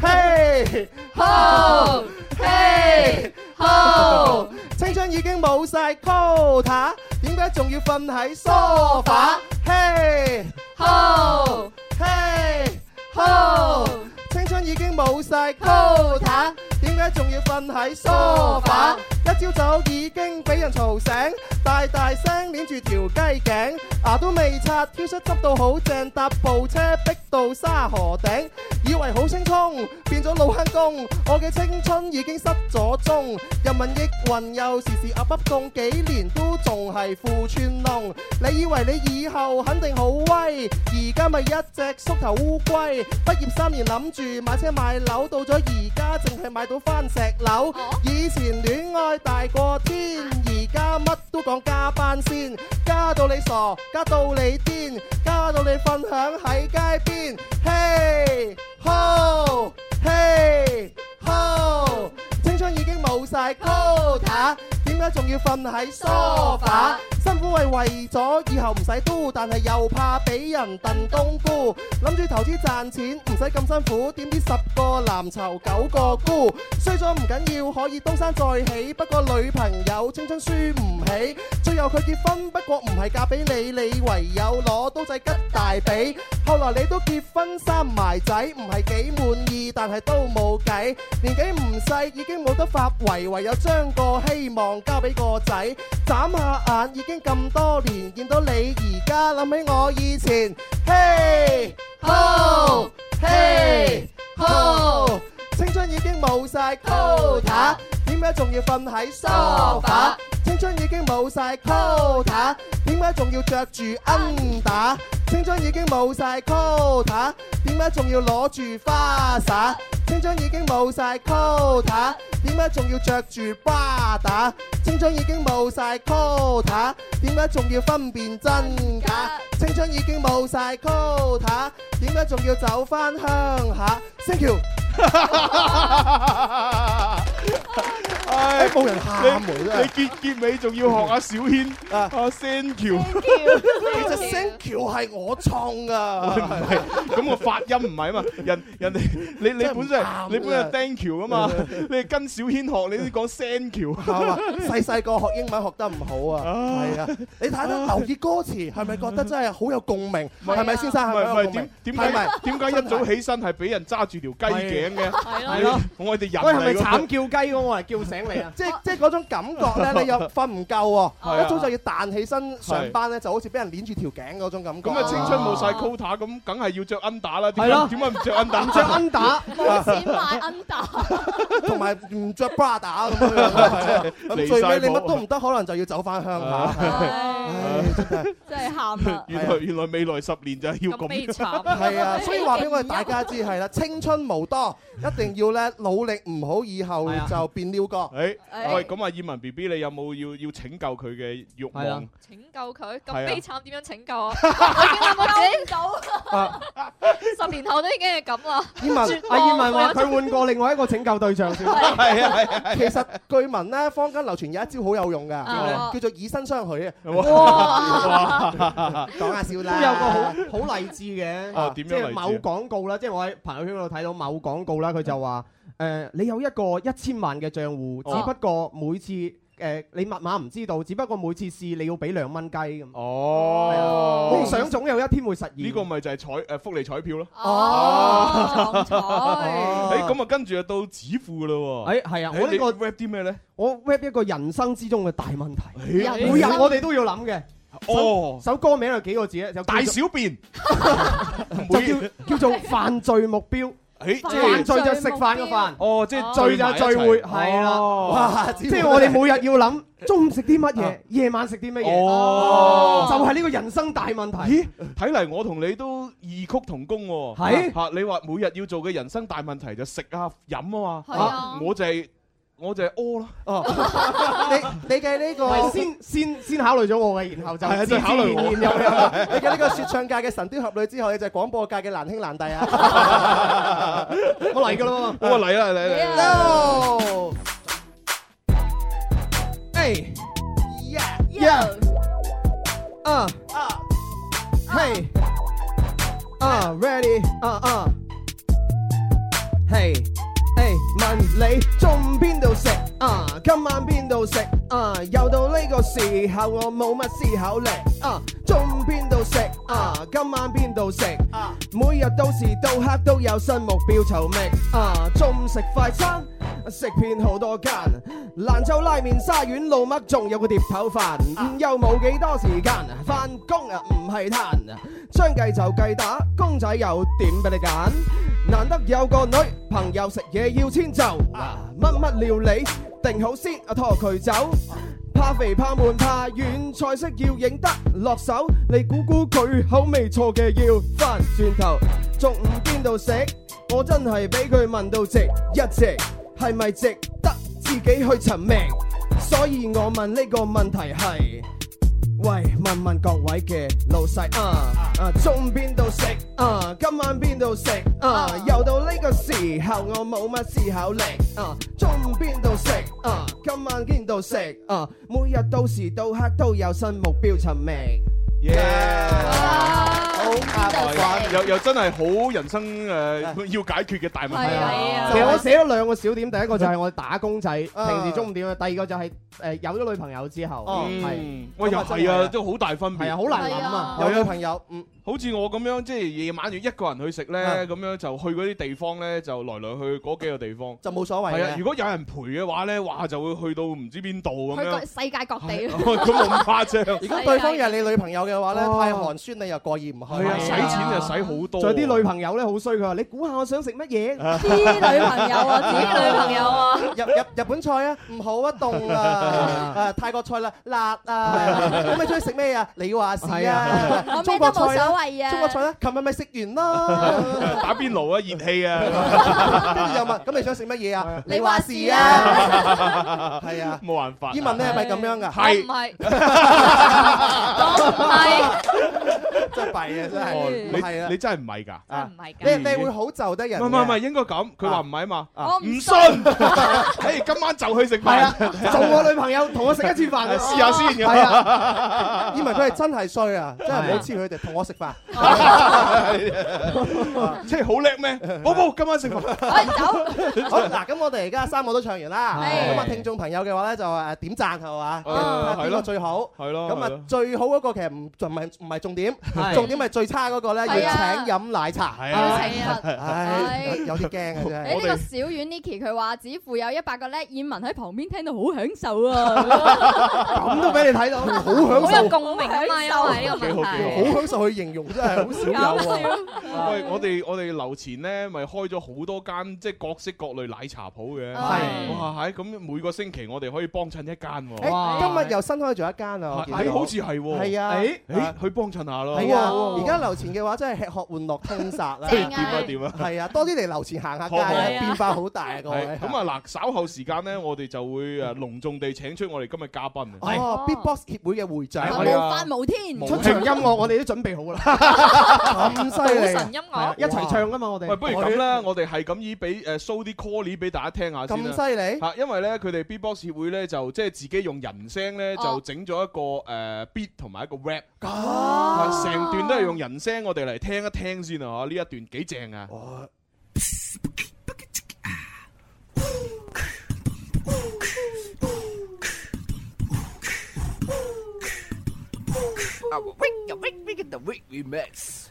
Speaker 6: 嘿，
Speaker 15: 好，
Speaker 6: 嘿，
Speaker 15: 好，
Speaker 6: 青春已經冇晒 quota，點解仲要瞓喺 sofa？嘿，
Speaker 15: 好，
Speaker 6: 嘿，好，青春已經冇晒 quota，點解仲要瞓喺 sofa？一朝早已經俾人嘈醒，大大聲捏住條雞頸，牙都未刷，T 恤執到好正，搭部車逼到沙河頂，以為好青葱，變咗老坑公，我嘅青春已經失咗蹤，人民亦雲又時時噏噏共，幾年都仲係褲穿窿，你以為你以後肯定好威，而家咪一隻縮頭烏龜，畢業三年諗住買車買樓，到咗而家淨係買到番石榴，以前戀愛大過天，而家乜都講加班先，加到你傻，加到你癲，加到你瞓響喺街邊。嘿，ho，嘿，ho，青春已經冇晒 quota，點解仲要瞓喺 sofa？辛苦係為咗以後唔使嘟，但係又怕俾人燉冬菇，諗住投資賺錢唔使咁辛苦，點知十個藍籌九個菇，衰咗唔緊要，可以東山再起，不過女朋友青春輸唔起，最後佢結婚，不過唔係嫁俾你，你唯有攞刀仔吉大髀。後來你都結婚生埋仔，唔係幾滿意，但係都冇計，年紀唔細已經冇得發圍，唯有將個希望交俾個仔。眨下眼已經咁多年，見到你而家諗起我以前，嘿，好，嘿，好。青春已經冇晒 quota，點解仲要瞓喺 sofa？青春已經冇晒 quota，點解仲要着住 under？青春已經冇晒 quota，點解仲要攞住花灑？青春已經冇晒 quota，點解仲要着住巴打？青春已經冇晒 quota，點解仲要分辨真假？青春已經冇晒 quota，點解仲要走翻鄉下？Thank you。
Speaker 5: 唉，
Speaker 6: 哎冇人喊喎真係
Speaker 5: 哎
Speaker 6: 啊
Speaker 5: 你你結結尾仲要學阿小軒阿 San 橋，
Speaker 6: 其實聲橋係我創
Speaker 5: 哦喂唔
Speaker 6: 噶，
Speaker 5: 係咁個發音唔係啊嘛，人人哋你你本身係你本身係 Thank you 啊 嘛，你跟小軒學你都講 San
Speaker 6: 係嘛
Speaker 5: 橋，？
Speaker 6: 細細個學英文學得唔好啊，係啊！你睇得留意歌詞，係咪覺得真係好有共鳴？係咪先生？
Speaker 5: 唔
Speaker 6: 係咪
Speaker 5: 係唔
Speaker 6: 有
Speaker 5: 係
Speaker 6: 共鳴
Speaker 5: 點點
Speaker 6: 係咪
Speaker 5: 解點解一早起身係俾人揸住條雞頸嘅？
Speaker 6: 係咯
Speaker 5: 你我哋人
Speaker 7: 喂，係咪
Speaker 5: 嚟㗎
Speaker 7: 慘叫雞嗰個我嚟叫醒 你啊？
Speaker 6: 即即嗰種感覺咧，你又瞓唔夠
Speaker 5: 啊係啊
Speaker 6: 喎，一早就要彈起身上班咧，就好似俾人攆住條頸嗰種感覺。
Speaker 5: 咁啊，青春冇晒 quota，咁梗係要着 under 啦。點
Speaker 6: 係咯
Speaker 5: 解點解唔着 under？
Speaker 6: 唔着 under 冇錢買
Speaker 1: under，
Speaker 6: 同埋唔着 bra 打咁樣，咁
Speaker 5: 離
Speaker 6: 最尾
Speaker 5: 晒
Speaker 6: 你乜
Speaker 5: 譜啊
Speaker 6: 都唔得，可能就要走翻鄉下。唉真係
Speaker 1: 真係喊啦！
Speaker 5: 原來原來未來十年就係要咁。
Speaker 6: 係啊，所以話俾我哋大家知係啦，青春無多，一定要咧努力，唔好以後就變撩哥。
Speaker 5: 誒，喂，咁啊，葉文 B B，你有冇要要拯救佢嘅慾望？
Speaker 9: 拯救佢咁
Speaker 5: 係啊
Speaker 9: 悲慘，點樣拯救 啊？我已經諗我自己
Speaker 7: 啊
Speaker 9: 唔到，十年後都已經係咁啦。
Speaker 7: 燕文
Speaker 9: 絕，
Speaker 7: 阿
Speaker 9: 望
Speaker 7: 燕文話
Speaker 9: 我有
Speaker 7: 佢換過另外一個拯救對象先。
Speaker 5: 係啊係
Speaker 6: 其實據聞咧，坊間流傳有一招好有用㗎，
Speaker 7: 點咧
Speaker 6: 叫做以身相許啊！
Speaker 7: 哇
Speaker 6: 講下笑啦，
Speaker 7: 都有個好好勵志嘅，
Speaker 6: 啊點樣
Speaker 7: 即
Speaker 6: 勵
Speaker 7: 係
Speaker 6: 志
Speaker 7: 某廣告啦，即係我喺朋友圈嗰度睇到某廣告啦，佢就話誒你有一個一千萬嘅賬戶，
Speaker 5: 哦
Speaker 7: 只不過每次誒你密碼唔知道，只不過每次試你要俾兩蚊雞咁。
Speaker 5: 哦
Speaker 7: 夢想總有一天會實現。
Speaker 5: 呢個咪就係彩誒福利彩票咯。
Speaker 7: 哦
Speaker 5: 誒咁啊，跟住就到指付噶咯喎。
Speaker 7: 誒係啊，我呢
Speaker 5: 你
Speaker 7: 個
Speaker 5: rap 啲咩咧？
Speaker 7: 我 rap 一個人生之中嘅大問題，每
Speaker 5: 人生
Speaker 7: 日我哋都要諗嘅。
Speaker 5: 哎哦
Speaker 7: 首首歌名有幾個字咧？就
Speaker 5: 大小便，
Speaker 7: 就叫叫做犯罪目標。
Speaker 5: 誒
Speaker 7: 犯罪就食飯嘅飯，
Speaker 5: 哦，即係聚
Speaker 7: 聚就
Speaker 5: 埋一齊
Speaker 7: 聚會，係啦。
Speaker 5: 哦
Speaker 7: 哇即係我哋每日要諗中午食啲乜嘢，夜晚食啲乜嘢。
Speaker 5: 哦
Speaker 7: 就係呢個人生大問題。
Speaker 5: 咦，睇嚟我同你都異曲同工喎。
Speaker 7: 係
Speaker 5: 嚇，你話每日要做嘅人生大問題就食啊飲啊嘛。
Speaker 7: 係啊
Speaker 5: 我就係我就係屙啦。
Speaker 6: 你你嘅呢
Speaker 7: 係
Speaker 6: 個
Speaker 7: 先先先考慮咗我嘅，然後就
Speaker 5: 係啊
Speaker 7: 自
Speaker 5: 真係考慮
Speaker 7: 自然
Speaker 5: 我
Speaker 7: 然有啦
Speaker 6: 你嘅呢個説唱界嘅神雕俠侶之後，你就係廣播界嘅難兄難弟啊！
Speaker 7: 我嚟㗎咯
Speaker 5: 我嚟啦嚟嚟。
Speaker 6: No，
Speaker 7: Hey,
Speaker 6: yeah,
Speaker 7: yeah, uh, hey, uh, ready, uh, uh, hey, hey, 問你中午邊度食啊今晚邊度食啊又到呢個時候我冇乜思考力啊中午邊度食啊今晚邊度食啊每日到時到刻都有新目標籌覓啊中午食快餐。食遍好多間，蘭州拉麵、沙縣、老麥，仲有個碟頭飯。午休冇幾多時間，翻工啊唔係攤，張計就計打，公仔又點俾你揀？難得有個女朋友食嘢要遷就，乜乜料理定好先，啊拖佢走。怕肥怕悶怕軟，菜式要影得落手。你估估佢口味錯嘅要翻轉頭，中午邊度食？我真係俾佢問到直一直，係咪值得自己去尋覓？所以我問呢個問題係。喂，問問各位嘅老細啊啊，中午邊度食啊？今晚邊度食啊？又到呢個時候，我冇乜思考力啊！中午邊度食啊？今晚邊度食啊？每日到時到刻都有新目標尋覓。
Speaker 5: 又又真係好人生誒要解決嘅大問題啊！
Speaker 7: 其實我寫咗兩個小點，第一個就係我哋打工仔平時中午點啊，第二個就係誒有咗女朋友之後，係
Speaker 5: 嗯，喂又係啊，都好大分別。
Speaker 7: 係啊，好難諗啊，
Speaker 5: 係啊
Speaker 7: 有女朋友，嗯。
Speaker 5: 好似我咁樣，即係夜晚要一個人去食呢，咁樣就去嗰啲地方呢，就來來去嗰幾個地方，
Speaker 6: 就冇所謂嘅
Speaker 5: 係啊，如果有人陪嘅話呢，哇就會去到唔知邊度咁
Speaker 1: 去各
Speaker 5: 樣。
Speaker 1: 世界各
Speaker 5: 哦
Speaker 1: 地。
Speaker 5: 咁冇咁 誇張。
Speaker 6: 如果對方又係你女朋友嘅話咧，太寒酸你又過意唔去。
Speaker 5: 係啊，使錢就使好多。
Speaker 7: 仲有啲女朋友咧好衰，佢話你估下我想食乜嘢？
Speaker 5: 啲 女朋友啊啲女朋友啊
Speaker 6: 日日日本菜啊，唔好啊， 凍啊，誒泰國菜啦，辣啊，咁你中意食咩啊？你話事
Speaker 7: 係啊
Speaker 6: 啊
Speaker 1: 我，咩都
Speaker 6: 中國菜
Speaker 1: 冇所
Speaker 6: 啦
Speaker 1: 謂啊
Speaker 6: 中國菜啦，琴日咪食完 咯，
Speaker 5: 打邊爐啊，熱氣
Speaker 6: 跟住
Speaker 5: 啊。
Speaker 6: 又問咁你想食乜嘢啊？
Speaker 1: 你
Speaker 6: 話
Speaker 1: 話
Speaker 6: 事
Speaker 1: 事
Speaker 6: 啊
Speaker 1: 啊！
Speaker 5: 係
Speaker 6: 啊，
Speaker 5: 冇辦法。
Speaker 6: 英文咧係咪咁樣噶？
Speaker 5: 係
Speaker 9: 唔係，
Speaker 6: 係。真係弊啊！真係
Speaker 5: 哦
Speaker 6: 唔係啊
Speaker 5: 你你真係唔係㗎？
Speaker 6: 啊
Speaker 9: 係
Speaker 6: 你你會好就得人
Speaker 5: 唔
Speaker 6: 嘅，
Speaker 5: 係唔係唔係，應該咁，佢話唔係啊嘛，
Speaker 6: 啊我唔
Speaker 5: 唔
Speaker 6: 信
Speaker 5: 信， 誒今晚就去食
Speaker 6: 係啊
Speaker 5: 飯，，
Speaker 6: 做我女朋友同我食一次飯，
Speaker 5: 試下先咁
Speaker 6: 係啊，以為佢係真係衰啊，真係唔好黐佢哋同我食 飯。
Speaker 5: 即係好叻咩？寶寶今晚食飯， Ờ,
Speaker 6: 好嗱，咁我哋而家三個都唱完啦，
Speaker 5: 係
Speaker 6: 咁啊聽眾朋友嘅話咧就誒點贊係嘛，
Speaker 5: 誒
Speaker 6: 睇下
Speaker 5: 係
Speaker 6: 邊
Speaker 5: 咯
Speaker 6: 個最好，
Speaker 5: 係咯
Speaker 6: 咁
Speaker 5: 係
Speaker 6: 啊
Speaker 5: 咯
Speaker 6: 最好嗰個其實唔唔係唔係重點，
Speaker 5: 係
Speaker 6: 重點係最差嗰個咧要
Speaker 1: 係
Speaker 6: 請
Speaker 1: 啊
Speaker 6: 飲奶茶，
Speaker 5: 係啊
Speaker 1: 係啊
Speaker 6: 唉
Speaker 1: 係
Speaker 6: 有有啲驚啊真
Speaker 1: 誒呢個
Speaker 6: 係。
Speaker 1: 小丸 Niki 佢話，只乎有一百個叻燕文喺旁邊聽到好享受啊！
Speaker 6: 咁都俾你睇到，好享受，
Speaker 9: 好有共鳴啊嘛，因為呢個
Speaker 5: 幾好幾
Speaker 9: 問
Speaker 5: 好
Speaker 9: 題。
Speaker 6: 好享受去形容，真係好少有啊。
Speaker 5: 喂，我哋我哋樓前咧，咪開咗好多間即係各式各類奶茶鋪嘅，
Speaker 6: 係
Speaker 5: 哇，係咁每個星期我哋可以幫襯一間喎，
Speaker 6: 誒，今日又新開咗一間啊，我見到
Speaker 5: 係好似係喎，
Speaker 6: 係啊，
Speaker 5: 誒誒去幫襯下咯，
Speaker 6: 係啊
Speaker 5: 哇，
Speaker 6: 而家樓前嘅話真係吃喝玩樂通殺啦，
Speaker 5: 正啊 點啊點啊
Speaker 6: 係啊，多啲嚟樓前行下街
Speaker 5: 好好
Speaker 6: 啊，變化好大啊，各
Speaker 5: 係
Speaker 6: 位。
Speaker 5: 咁啊嗱，稍後時間咧，我哋就會誒隆重地請出我哋今日嘉賓啊。
Speaker 6: 哦，Beatbox 協會嘅會長，
Speaker 5: 係係啊無
Speaker 1: 法無天
Speaker 5: 無
Speaker 6: 出場音樂我哋都準 備好啦，咁犀利，
Speaker 5: 賭神音樂
Speaker 6: 係啊一齊唱噶嘛，我哋。
Speaker 5: 喂，不如咁啦，我哋係咁依俾誒 show 啲 call 俾大家聽下先啦
Speaker 6: 咁犀利
Speaker 5: 嚇，因為咧佢哋 B-box 協會咧就即係自己用人聲咧就
Speaker 6: 哦
Speaker 5: 整咗一個誒 beat 同埋一個 rap，係成段都係用人聲，我哋嚟聽一聽先啊！呢一段幾正啊！
Speaker 16: Remix。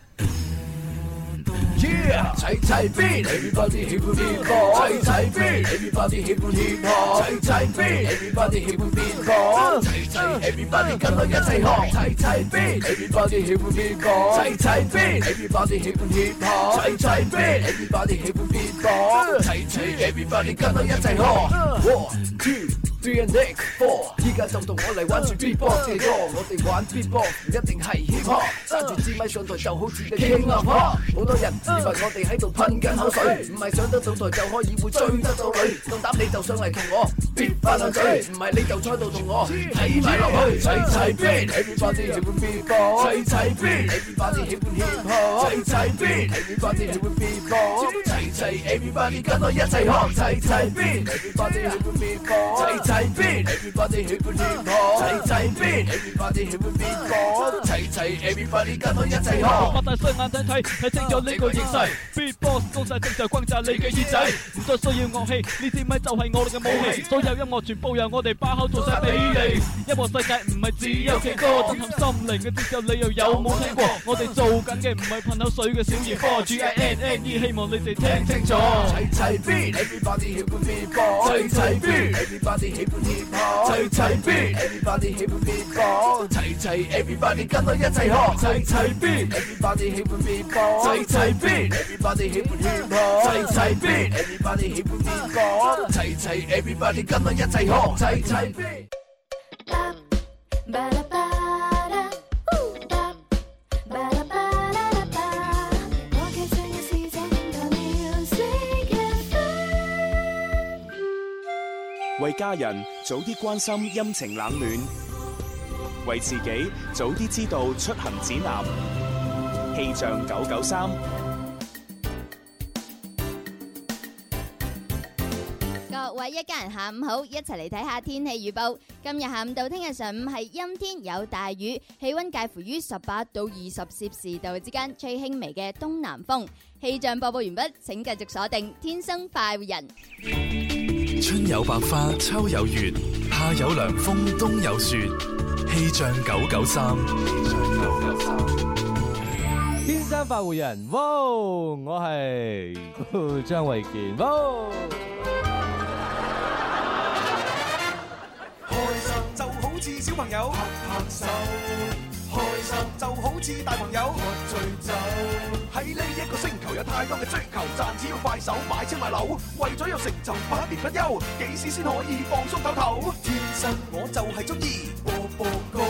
Speaker 16: Yeah，齊齊 beat，everybody hip hop beatbox，齊齊 beat，everybody hip hop hip hop，齊齊 beat，everybody hip hop beatbox，齊齊 everybody 跟我一齊學，齊齊 beat，everybody hip hop beatbox，齊齊 beat，everybody hip hop hip hop，齊齊 beat，everybody hip hop beatbox，齊齊 everybody 跟我一齊學。One two three and Nick four，依家就同我嚟玩住 beatbox 嘅歌，我哋玩 beatbox 唔一定係 hip hop，揸住支咪上台就好似你 king of pop，好多人以為我哋喺度噴緊口水，唔係上得到台就可以會追得到女，夠膽你就上嚟同我 beat 翻兩嘴，唔係你就坐喺度同我睇埋落去，齊齊 beat，everybody 喜歡 beatbox，齊齊 beat，everybody 喜歡 hip hop，齊齊 beat，everybody 喜歡 beatbox，齊齊 everybody 跟我一齊學，齊齊 beat，everybody 喜歡 beatbox，齊齊 beat，everybody 喜歡 hip hop，齊齊 beat，everybody 喜歡 beatbox，齊齊 everybody 跟我一齊學。
Speaker 3: 擘大雙眼睇睇，睇清楚呢個形勢。Beatbox 高晒正就轟炸你嘅耳仔，唔再需要樂器，呢支咪就係我哋嘅武器。所有音樂全部由我哋把口做晒俾你。音樂世界唔係 只有嘅歌，震撼心靈嘅節奏你又有冇聽過？我哋做緊嘅唔係噴口水嘅小兒 科，G I N N E，希望你哋聽清楚。
Speaker 16: 齊齊 beat，everybody 喜歡 beatbox。齊齊 beat，everybody 喜歡 hip hop。齊齊 beat，everybody 喜歡 beatbox。齊齊 everybody 跟我一齊學。齊齊 beat，everybody 喜歡 beatbox。齊齊 beat，everybody 喜歡 hip hop。齊齊 beat，everybody 喜歡 beatbox。齊齊 everybody 跟我一齊學。齊齊 beat。
Speaker 17: 为家人早啲关心阴晴冷暖，为自己早啲知道出行指南。气象九九三，
Speaker 1: 各位一家人下午好，一齊嚟睇下天氣預報。今日下午到聽日上午係陰天有大雨，氣温介乎於十八到二十攝氏度之間，吹輕微嘅東南風。氣象播報完畢，請繼續鎖定《天生快活人》。
Speaker 2: 春有百花，秋有月，夏有涼風，冬有雪。氣象九九三，
Speaker 18: 天生快活人，哇！我係 張衛健，哇！
Speaker 4: 开心就好似小朋友拍拍手，开心就好似大朋友喝醉酒。喺呢一個星球有太多嘅追求，賺錢要快手買車買樓，為咗有成就百變不休，幾時先可以放鬆唞唞？天生我就係中意播播歌，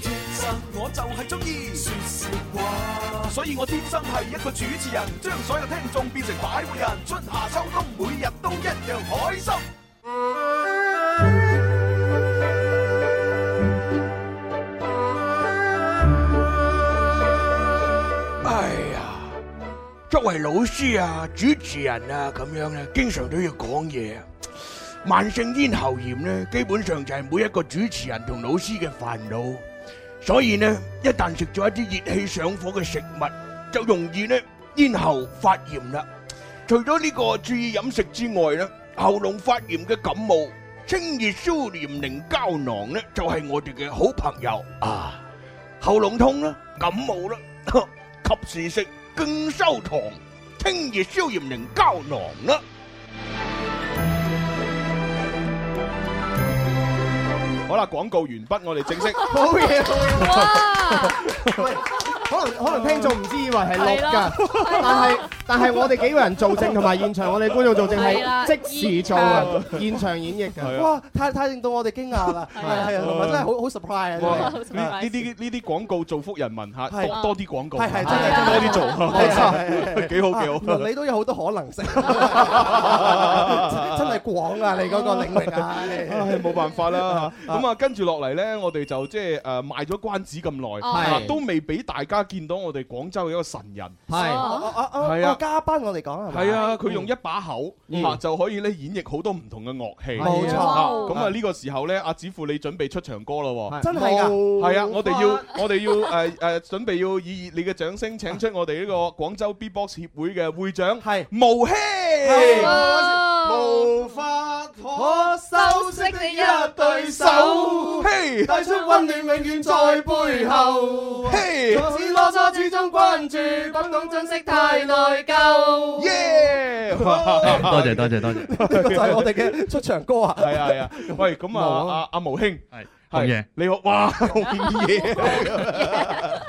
Speaker 4: 天生我就係中意说笑話，所以我天生係一個主持人，將所有聽眾變成擺活人，春夏秋冬每日都一樣開心。
Speaker 19: Hãy subscribe cho kênh Ghiền Mì Gõ Để không bỏ lỡ
Speaker 20: 哎為老師啊、主持人啊咁樣咧，經常都要講嘢啊。慢性咽喉炎咧，基本上就係每一個主持人同老師嘅煩惱。所以呢，一旦食咗一啲熱氣上火嘅食物，就容易呢咽喉發炎啦。除咗呢個注意飲食之外咧，喉嚨發炎嘅感冒清熱消炎寧膠囊呢，就係我哋嘅好朋友啊。喉嚨痛啦、感冒啦， 及時食敬修堂清熱消炎寧膠囊啦。
Speaker 5: 好啦，廣告完畢，我哋 正式。
Speaker 6: 好嘢好嘢可能可能聽眾唔知以為係錄㗎，
Speaker 5: 係
Speaker 6: 但
Speaker 5: 啦
Speaker 6: 係但係我哋幾個人做證同埋現場我哋觀眾做證
Speaker 5: 係啦
Speaker 6: 係即時做啊嘅，
Speaker 5: 現
Speaker 6: 現場演繹
Speaker 5: 係
Speaker 6: 嘅。
Speaker 5: 啊
Speaker 6: 哇！太太令到我哋驚訝啦，係啊係啊，同埋真係好好 surprise
Speaker 5: 哇
Speaker 6: 啊！真係
Speaker 5: 呢呢啲呢啲廣告造福人民嚇，
Speaker 6: 係
Speaker 5: 多多啲廣告，啊
Speaker 6: 係係真係
Speaker 5: 多啲做，
Speaker 6: 係係 係
Speaker 5: 幾好幾好。
Speaker 6: 原來你都有好多 可能性，真真係廣啊！你嗰個領域啊，
Speaker 5: 唉，冇辦法啦。咁啊，跟住落嚟呢，我哋就即係誒賣咗關子咁耐，
Speaker 6: 係
Speaker 5: 啊都未俾大家見到我哋廣州嘅一個神人。啊
Speaker 6: 哦哦哦
Speaker 5: 係啊
Speaker 6: 哦嘉賓我哋講係咪
Speaker 5: 係啊，佢用一把口
Speaker 6: 嗯
Speaker 5: 嚇就可以咧演繹好多唔同嘅樂器。
Speaker 6: 冇錯
Speaker 5: 啊
Speaker 6: 哇
Speaker 5: 咁啊呢個時候咧，阿子富你準備出場歌啦喎。
Speaker 6: 真係㗎
Speaker 5: 係啊，我哋要我哋要誒誒準備要以熱烈嘅掌聲請出我哋呢個廣州 B-box 協會嘅會長係毛希。
Speaker 6: 啊無法可修飾的一對手，
Speaker 5: 嘿，
Speaker 6: 帶出温暖永遠在背後。
Speaker 5: 嘿
Speaker 6: 縱使囉嗦始終關注，不懂珍惜太內疚。
Speaker 5: 耶！
Speaker 3: 啊多謝多謝多謝，
Speaker 6: 呢 個就係我哋嘅出場歌啊！
Speaker 5: 係啊係啊，喂咁
Speaker 6: 毛
Speaker 5: 啊阿阿毛兄係
Speaker 3: 紅爺
Speaker 5: 你好，哇紅爺。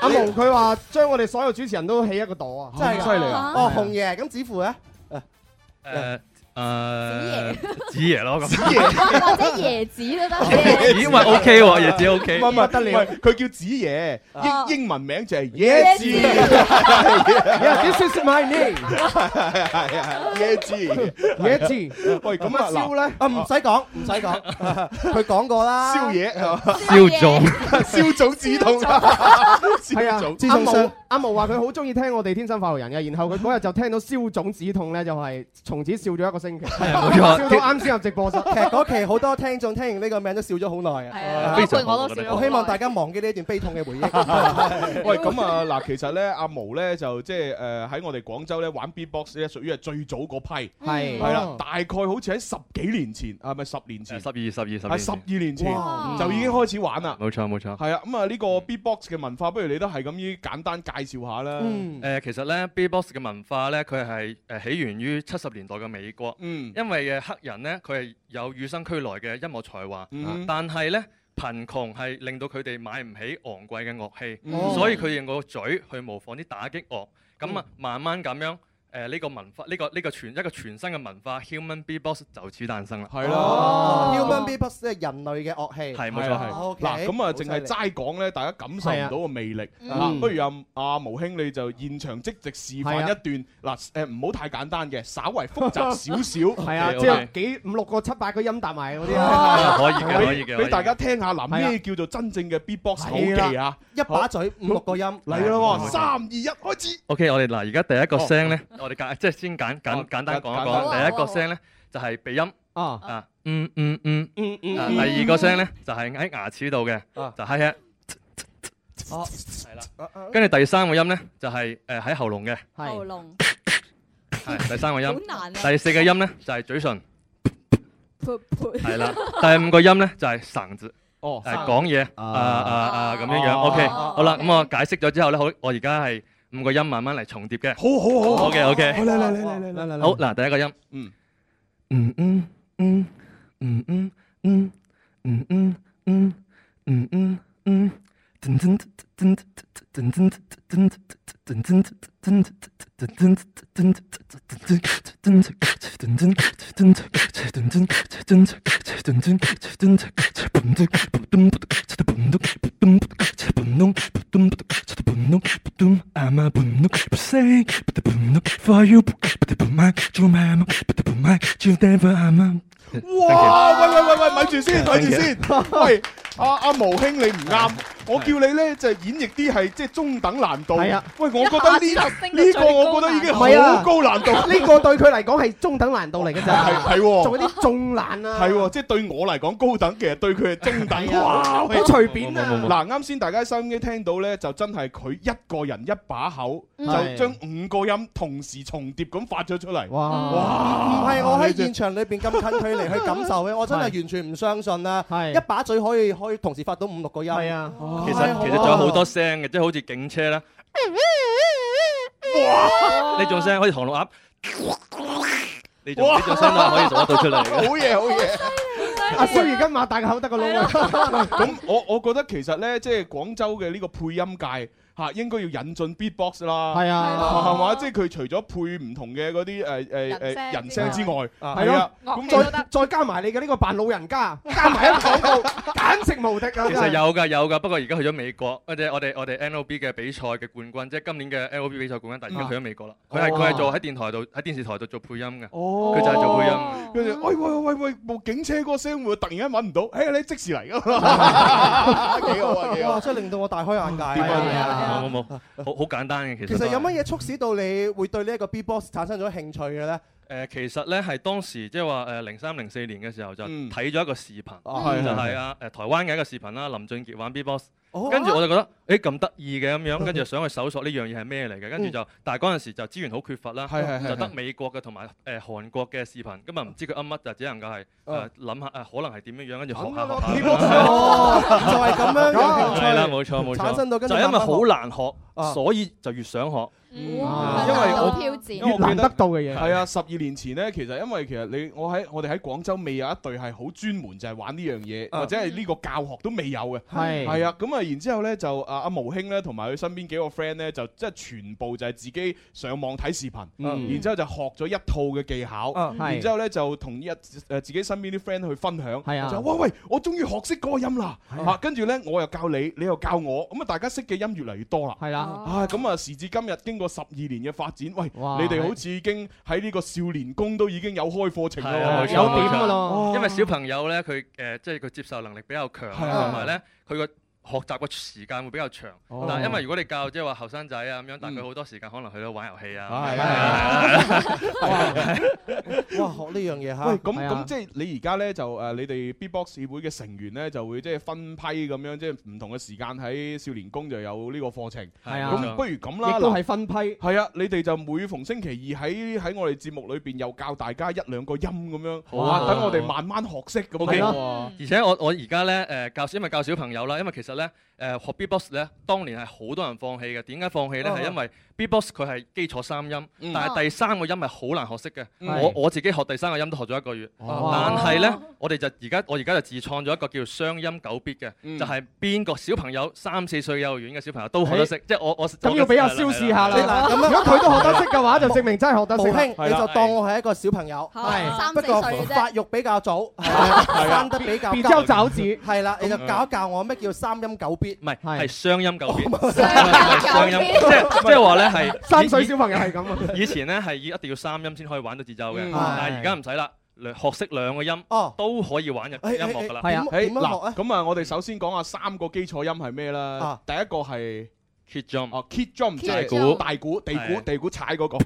Speaker 6: 阿毛佢話將我哋所有主持人都起一個朵 啊，
Speaker 5: 真係㗎犀利啊
Speaker 6: 哦，紅爺咁，子乎咧？
Speaker 3: 誒誒，子爺咯 咁，
Speaker 1: 或者椰子 都得。
Speaker 3: 咦喂 OK 喎，椰子 OK，
Speaker 5: 唔係
Speaker 6: 得了
Speaker 5: 唔係佢叫子爺，
Speaker 1: 啊
Speaker 5: 英英文名就係
Speaker 6: 椰
Speaker 5: 椰
Speaker 6: 子
Speaker 5: 子。
Speaker 6: Yeah, this is my name
Speaker 5: 係啊係係椰子
Speaker 6: 椰
Speaker 5: 子。喂，咁啊，
Speaker 6: 燒
Speaker 5: 嗱
Speaker 6: 咧啊，唔使講，唔使 講，佢講過啦。
Speaker 5: 宵夜係嘛？
Speaker 3: 燒 種
Speaker 5: 燒種止痛。
Speaker 6: 係啊
Speaker 5: 燒種，
Speaker 6: 自從上阿毛話佢好中意聽我哋天生快活人嘅，然後佢嗰日就聽到消腫止痛咧，就係從此笑咗一個星期，
Speaker 3: 冇錯
Speaker 6: 笑到啱先入直播室。其實嗰期好多聽眾聽完呢個名都笑咗好耐啊，
Speaker 3: 非常好包括我都笑咗好耐
Speaker 6: 我希望大家忘記呢一段悲痛 嘅回憶。
Speaker 5: 喂，咁啊嗱，其實咧，阿毛咧就即係誒呃喺我哋廣州咧玩 B-box 咧，屬於係最早嗰批，
Speaker 3: 係
Speaker 5: 係啦
Speaker 3: 哦，
Speaker 5: 大概好似喺十幾年前，啊咪十年前，
Speaker 3: 十二十二十
Speaker 5: 係十二年前
Speaker 3: 哇
Speaker 5: 就已經開始玩啦。
Speaker 3: 冇錯冇錯。
Speaker 5: 係啊，咁啊呢個 B-box 嘅文化，不如你都係咁依簡單介紹下啦。
Speaker 3: 誒、其實咧 B-box 嘅文化咧，佢係誒起源於七十年代嘅美國，
Speaker 5: 嗯
Speaker 3: 因為誒黑人咧佢係有與生俱來嘅音樂才華，啊
Speaker 5: 嗯
Speaker 3: 但係咧貧窮係令到佢哋買唔起昂貴嘅樂器，
Speaker 5: 嗯
Speaker 3: 所以佢用個嘴去模仿啲打擊樂，咁啊、慢慢咁樣。誒呢、個文化，呢、個呢、個全一個全新嘅文化，human b-box 就此誕生啦。
Speaker 5: 係
Speaker 6: 哦 Human Beatbox 即係人類嘅樂器，
Speaker 3: 係冇錯係
Speaker 6: 哦，OK
Speaker 5: 嗱，咁啊，
Speaker 6: 好
Speaker 5: 淨
Speaker 6: 犀
Speaker 5: 係
Speaker 6: 利
Speaker 5: 齋講咧，大家感受唔到個魅力。
Speaker 6: 係啊
Speaker 5: 啊
Speaker 6: 嗯
Speaker 5: 不如阿阿毛兄你就現場即席示範
Speaker 6: 係啊
Speaker 5: 一段，嗱誒唔好太簡單嘅，稍為複雜少少。
Speaker 6: 係啊，即係幾五六個、七八個音搭埋嗰啲
Speaker 5: 啊
Speaker 6: 啊，
Speaker 5: 可以嘅
Speaker 6: 俾
Speaker 5: 可以嘅俾大家聽下嗱
Speaker 6: 係啊
Speaker 5: 咩叫做真正嘅 B-box 好
Speaker 6: 係啦
Speaker 5: 技啊！
Speaker 6: 一把嘴五六個音
Speaker 5: 嚟啦喎，
Speaker 3: 係
Speaker 5: 三二一開始。
Speaker 3: OK，我哋嗱，而家第一個
Speaker 5: 哦
Speaker 3: 聲咧，我哋簡 即係先簡簡簡單講一簡單講。第一個聲咧就係鼻音，
Speaker 6: 啊
Speaker 3: 啊，嗯嗯嗯
Speaker 6: 嗯嗯
Speaker 3: 啊
Speaker 6: 嗯
Speaker 3: 第二個聲咧就係喺牙齒度嘅，就係喺
Speaker 6: 哦，
Speaker 3: 係啦，跟住第三個音咧就係誒喺喉嚨 嘅，
Speaker 1: 喉嚨
Speaker 3: 係第三個音
Speaker 1: 好難啊。
Speaker 3: 第四個音咧就係嘴唇，
Speaker 1: 潑潑
Speaker 3: 係啦。 第五個音咧就係嗓子。
Speaker 5: 哦
Speaker 3: 誒
Speaker 5: 嗓
Speaker 3: 講嘢啊啊啊咁樣樣
Speaker 5: 哦
Speaker 3: ，OK，
Speaker 5: 哦
Speaker 3: 好啦，咁我解釋咗之後咧，好，我而家係五個音慢慢嚟重疊嘅，
Speaker 5: 好好好
Speaker 3: ，OK OK，
Speaker 5: 好嚟嚟嚟嚟嚟嚟嚟嚟
Speaker 3: 好嗱，第一個音，
Speaker 5: 嗯
Speaker 3: 嗯嗯嗯嗯嗯嗯嗯嗯嗯嗯嗯嗯，噔噔噔噔噔噔噔噔噔噔噔噔噔噔噔。
Speaker 21: I'm a bunuk say, but the bunuk for you, but the bunuk you mama, but the bunuk you never I'm a
Speaker 5: 哇！喂喂喂喂，咪住先，咪住
Speaker 3: Thank you
Speaker 5: 先。喂，阿阿毛兄你唔啱，我叫你咧就演繹啲係即係中等難度。
Speaker 6: 係啊
Speaker 5: 喂，我覺得
Speaker 6: 一下
Speaker 5: 呢
Speaker 6: 子就升到
Speaker 5: 呢個
Speaker 6: 最高
Speaker 5: 我覺得已經
Speaker 6: 難度
Speaker 5: 好高難度。
Speaker 6: 呢個對佢嚟講係中等難度嚟嘅咋，
Speaker 5: 係係喎
Speaker 6: 做啲仲難啊，
Speaker 5: 係喎，即係對我嚟講高等，其實對佢係中等。哇，好
Speaker 6: 隨便
Speaker 5: 啊！嗱，啱先大家收音機聽到咧，就真係佢一個人一把口，
Speaker 6: 嗯
Speaker 5: 就將五個音同時重疊咁發咗出嚟。
Speaker 6: 哇！唔
Speaker 5: 哇！
Speaker 6: 係我
Speaker 3: 啊
Speaker 5: 你
Speaker 6: 喺
Speaker 5: 真
Speaker 6: 現場裏邊咁近距離 去感受嘅，我真係完全唔相信啦！一把嘴可以可以同時發到五六個音，係啊，
Speaker 3: 其實其實仲有好多聲嘅，即係好似警車啦，
Speaker 6: 哦
Speaker 3: 呢種聲好似唐老鴨，呢種呢種聲都係可以做得到出 嚟嘅。
Speaker 6: 啊
Speaker 5: 好嘢好嘢！
Speaker 6: 阿蕭而家擘大個口得個窿 啊！
Speaker 5: 咁我我覺得其實咧，即係廣州嘅呢個配音界嚇，應該要引進 beatbox 啦，
Speaker 6: 係啊
Speaker 5: 係嘛？即係佢除咗配唔同嘅嗰啲誒誒誒人聲之外，
Speaker 6: 係
Speaker 5: 係
Speaker 6: 咯
Speaker 5: 啊，，
Speaker 6: 咁再再加埋你嘅呢個扮老人家，加埋一個 廣告，簡直無敵啊！
Speaker 3: 其實有㗎有㗎，不過而家去咗美國，或者我哋我哋 NOB 嘅比賽嘅冠軍，即係今年嘅 NOB 比賽冠軍，但係而家去咗美國啦。
Speaker 6: 啊
Speaker 3: 佢係
Speaker 6: 哦
Speaker 3: 佢係做喺電台度喺電視台度做配音嘅，
Speaker 5: 哦
Speaker 3: 佢就係做配音。
Speaker 5: 跟住喂喂喂喂，部警車嗰個聲會突然間揾唔到，誒你即時嚟㗎啦，幾好啊幾好
Speaker 6: 哇！！真係令到我大開眼界
Speaker 3: 點
Speaker 6: 啊！
Speaker 3: 啊？冇冇冇，好好簡單嘅其
Speaker 6: 其
Speaker 3: 實都
Speaker 6: 實
Speaker 3: 係。
Speaker 6: 有乜嘢促使到你會對呢一個 B-box 產生咗興趣嘅咧？
Speaker 3: 誒、呃其實咧係當時即係話誒零三零四年嘅時候就
Speaker 6: 嗯
Speaker 3: 睇咗一個視頻，
Speaker 6: 係
Speaker 3: 就
Speaker 6: 係
Speaker 3: 係啊誒台灣嘅一個視頻啦，林俊傑玩 B-box，
Speaker 6: 哦
Speaker 3: 跟住我就覺得誒咁得意嘅 咁樣，跟住就想去搜索呢樣嘢係咩嚟嘅，
Speaker 6: 嗯
Speaker 3: 跟住就但係嗰陣時就資源好缺乏啦
Speaker 5: 係係，係
Speaker 3: 就得
Speaker 5: 係
Speaker 3: 美國嘅同埋誒韓國嘅視頻，咁啊唔知佢噏乜就只能夠係誒
Speaker 5: 啊
Speaker 3: 諗下誒可能係點樣樣，跟住學下
Speaker 6: 諗
Speaker 3: 學
Speaker 6: 下
Speaker 3: 下。
Speaker 6: 哦就係咁樣有興趣
Speaker 3: 係啦，冇錯冇錯。
Speaker 6: 產生到跟住
Speaker 3: 就係因為
Speaker 6: 慢慢學
Speaker 3: 好難學，
Speaker 6: 啊
Speaker 3: 所以啊就越想學。
Speaker 5: 因為
Speaker 6: 嗯難
Speaker 5: 我
Speaker 6: 度挑戰
Speaker 5: 因為我記
Speaker 6: 越難得到嘅嘢
Speaker 5: 係啊，十二年前呢，其實因為其實你我喺我哋喺廣州未有一隊係好專門就係玩呢樣嘢，
Speaker 6: 啊嗯
Speaker 5: 或者係呢個教學都未有嘅。
Speaker 6: 係
Speaker 5: 係啊，咁啊，然之後呢，就啊阿毛兄呢，同埋佢身邊幾個 friend 呢，就即係全部就係自己上網睇視頻，
Speaker 6: 嗯
Speaker 5: 然之後就學咗一套嘅技巧，
Speaker 6: 啊係
Speaker 5: 然之後呢，就同一誒呃自己身邊啲 friend 去分享，
Speaker 6: 係啊
Speaker 5: 就話喂喂，我終於學識嗰個音啦嚇，啊跟住呢，我又教你，你又教我，咁啊大家識嘅音越嚟越多啦。
Speaker 6: 係啦。
Speaker 5: 啊，咁啊，時至今日，經過十二年嘅發展，喂，
Speaker 3: 哇
Speaker 5: 你哋好似已經喺呢個少年宮都已經有開課程
Speaker 3: 係啊，
Speaker 5: 啦
Speaker 3: 冇
Speaker 5: 喎，
Speaker 3: 錯冇錯因為小朋友咧，佢誒即係佢接受能力比較強，
Speaker 5: 係啊
Speaker 3: 同埋咧佢個學習嘅時間會比較長
Speaker 5: 哦。
Speaker 3: 但係因為如果你教即係話後生仔啊咁樣，但係佢好多時間可能去到玩遊戲啊。
Speaker 5: 係
Speaker 3: 係啊係啊
Speaker 6: 哇！學呢樣嘢嚇，
Speaker 5: 喂，咁
Speaker 6: 係
Speaker 5: 咁
Speaker 6: 啊
Speaker 5: 即係你而家咧就誒，你哋 B-box 協會嘅成員咧就會即係分批咁樣，即係唔同嘅時間喺少年宮就有呢個課程。
Speaker 6: 係啊
Speaker 5: 咁不如咁啦，
Speaker 6: 亦都
Speaker 5: 嗱
Speaker 6: 係分批。
Speaker 5: 係啊，你哋就每逢星期二喺喺我哋節目裏邊又教大家一兩個音咁樣，
Speaker 3: 好啊
Speaker 5: 哇等我哋慢慢學識咁
Speaker 3: O K，
Speaker 5: 樣喎。
Speaker 3: 而且我我而家咧誒教，因為教小朋友啦，因為其實咧誒、學 B-box 咧，當年係好多人放棄嘅。點解放棄咧？
Speaker 5: 哦
Speaker 3: 係、因為 B-box 佢係基礎三音，
Speaker 5: 嗯
Speaker 3: 但係第三個音係好難學識嘅。
Speaker 5: 嗯
Speaker 3: 我我自己學第三個音都學咗一個月，
Speaker 5: 哦
Speaker 3: 但係咧我哋就而家我而家就自創咗一個叫雙音九 bit 嘅，
Speaker 5: 嗯
Speaker 3: 就係邊個小朋友三四歲幼兒園嘅小朋友都學得識，即係我我
Speaker 6: 咁要俾阿蕭試下啦。如果佢都學得識嘅話，就證明真係學得識。
Speaker 3: 係
Speaker 6: 兄，
Speaker 3: 啦
Speaker 6: 你就當我係一個小朋友，
Speaker 1: 係哦三
Speaker 6: 不過
Speaker 1: 四歲嘅啫
Speaker 6: 發育比較早，
Speaker 3: 啊
Speaker 6: 生得比較急
Speaker 3: 變咗爪子
Speaker 6: 係啦，你就教一教我咩叫三音九必。
Speaker 3: 唔係係雙音九 bit，
Speaker 6: 雙
Speaker 3: 雙
Speaker 6: 音
Speaker 3: 音
Speaker 6: 九 bit
Speaker 3: 即係即係話咧係
Speaker 6: 三歲小朋友係咁啊
Speaker 3: 以前咧係一定要三音先可以玩到節奏嘅
Speaker 6: 嗯，
Speaker 3: 但係而家唔使啦，兩學識兩個音都可以玩入音樂㗎啦。
Speaker 5: 誒嗱，咁啊，我哋首先講下三個基礎音係咩啦？第一個係
Speaker 3: key drum，
Speaker 5: 哦 key drum 即係
Speaker 3: 大鼓
Speaker 5: 大鼓、地鼓、
Speaker 3: 係
Speaker 5: 地鼓踩嗰個。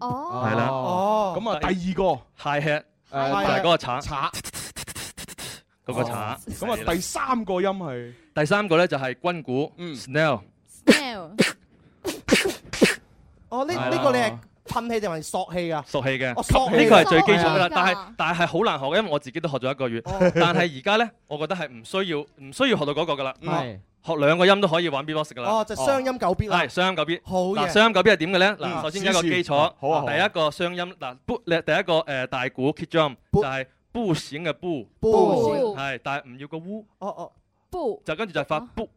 Speaker 1: 哦
Speaker 3: 係啦
Speaker 5: 哦，咁啊，第二個
Speaker 3: high hat，
Speaker 5: 誒
Speaker 3: 同埋嗰個鏘
Speaker 5: 鏘
Speaker 3: 嗰個鏘。
Speaker 5: 咁啊，第三嗯個音係
Speaker 3: 第三個咧就係軍鼓 snare。
Speaker 6: 哦，呢
Speaker 3: 係啦
Speaker 6: 呢個你係噴氣定係索氣㗎？
Speaker 3: 熟氣嘅，呢
Speaker 6: 哦
Speaker 3: 個
Speaker 6: 索氣
Speaker 3: 係最基礎㗎
Speaker 6: 索氣
Speaker 3: 啦
Speaker 6: 㗎。
Speaker 3: 但係但係好難學，因為我自己都學咗一個月。但係而家咧，我覺得係唔需要唔需要學到嗰個㗎啦。
Speaker 6: 係
Speaker 3: 學兩個音都可以玩 B-box 㗎啦。
Speaker 6: 哦，就雙音九必啦
Speaker 3: 係。雙音九 B。
Speaker 6: 好嘢
Speaker 3: 嗱，雙音九 B 係點嘅咧？
Speaker 6: 嗯
Speaker 3: 嗱，首先有一個基
Speaker 5: 試試
Speaker 3: 礎，
Speaker 5: 好啊好啊
Speaker 3: 第一個雙音嗱，bo 你第一個誒大鼓 kick drum 就係 bo 閃嘅 bo，
Speaker 6: bo
Speaker 3: 係，但係唔要個 w，
Speaker 6: 哦哦
Speaker 1: ，bo
Speaker 3: 就跟住就發 bo。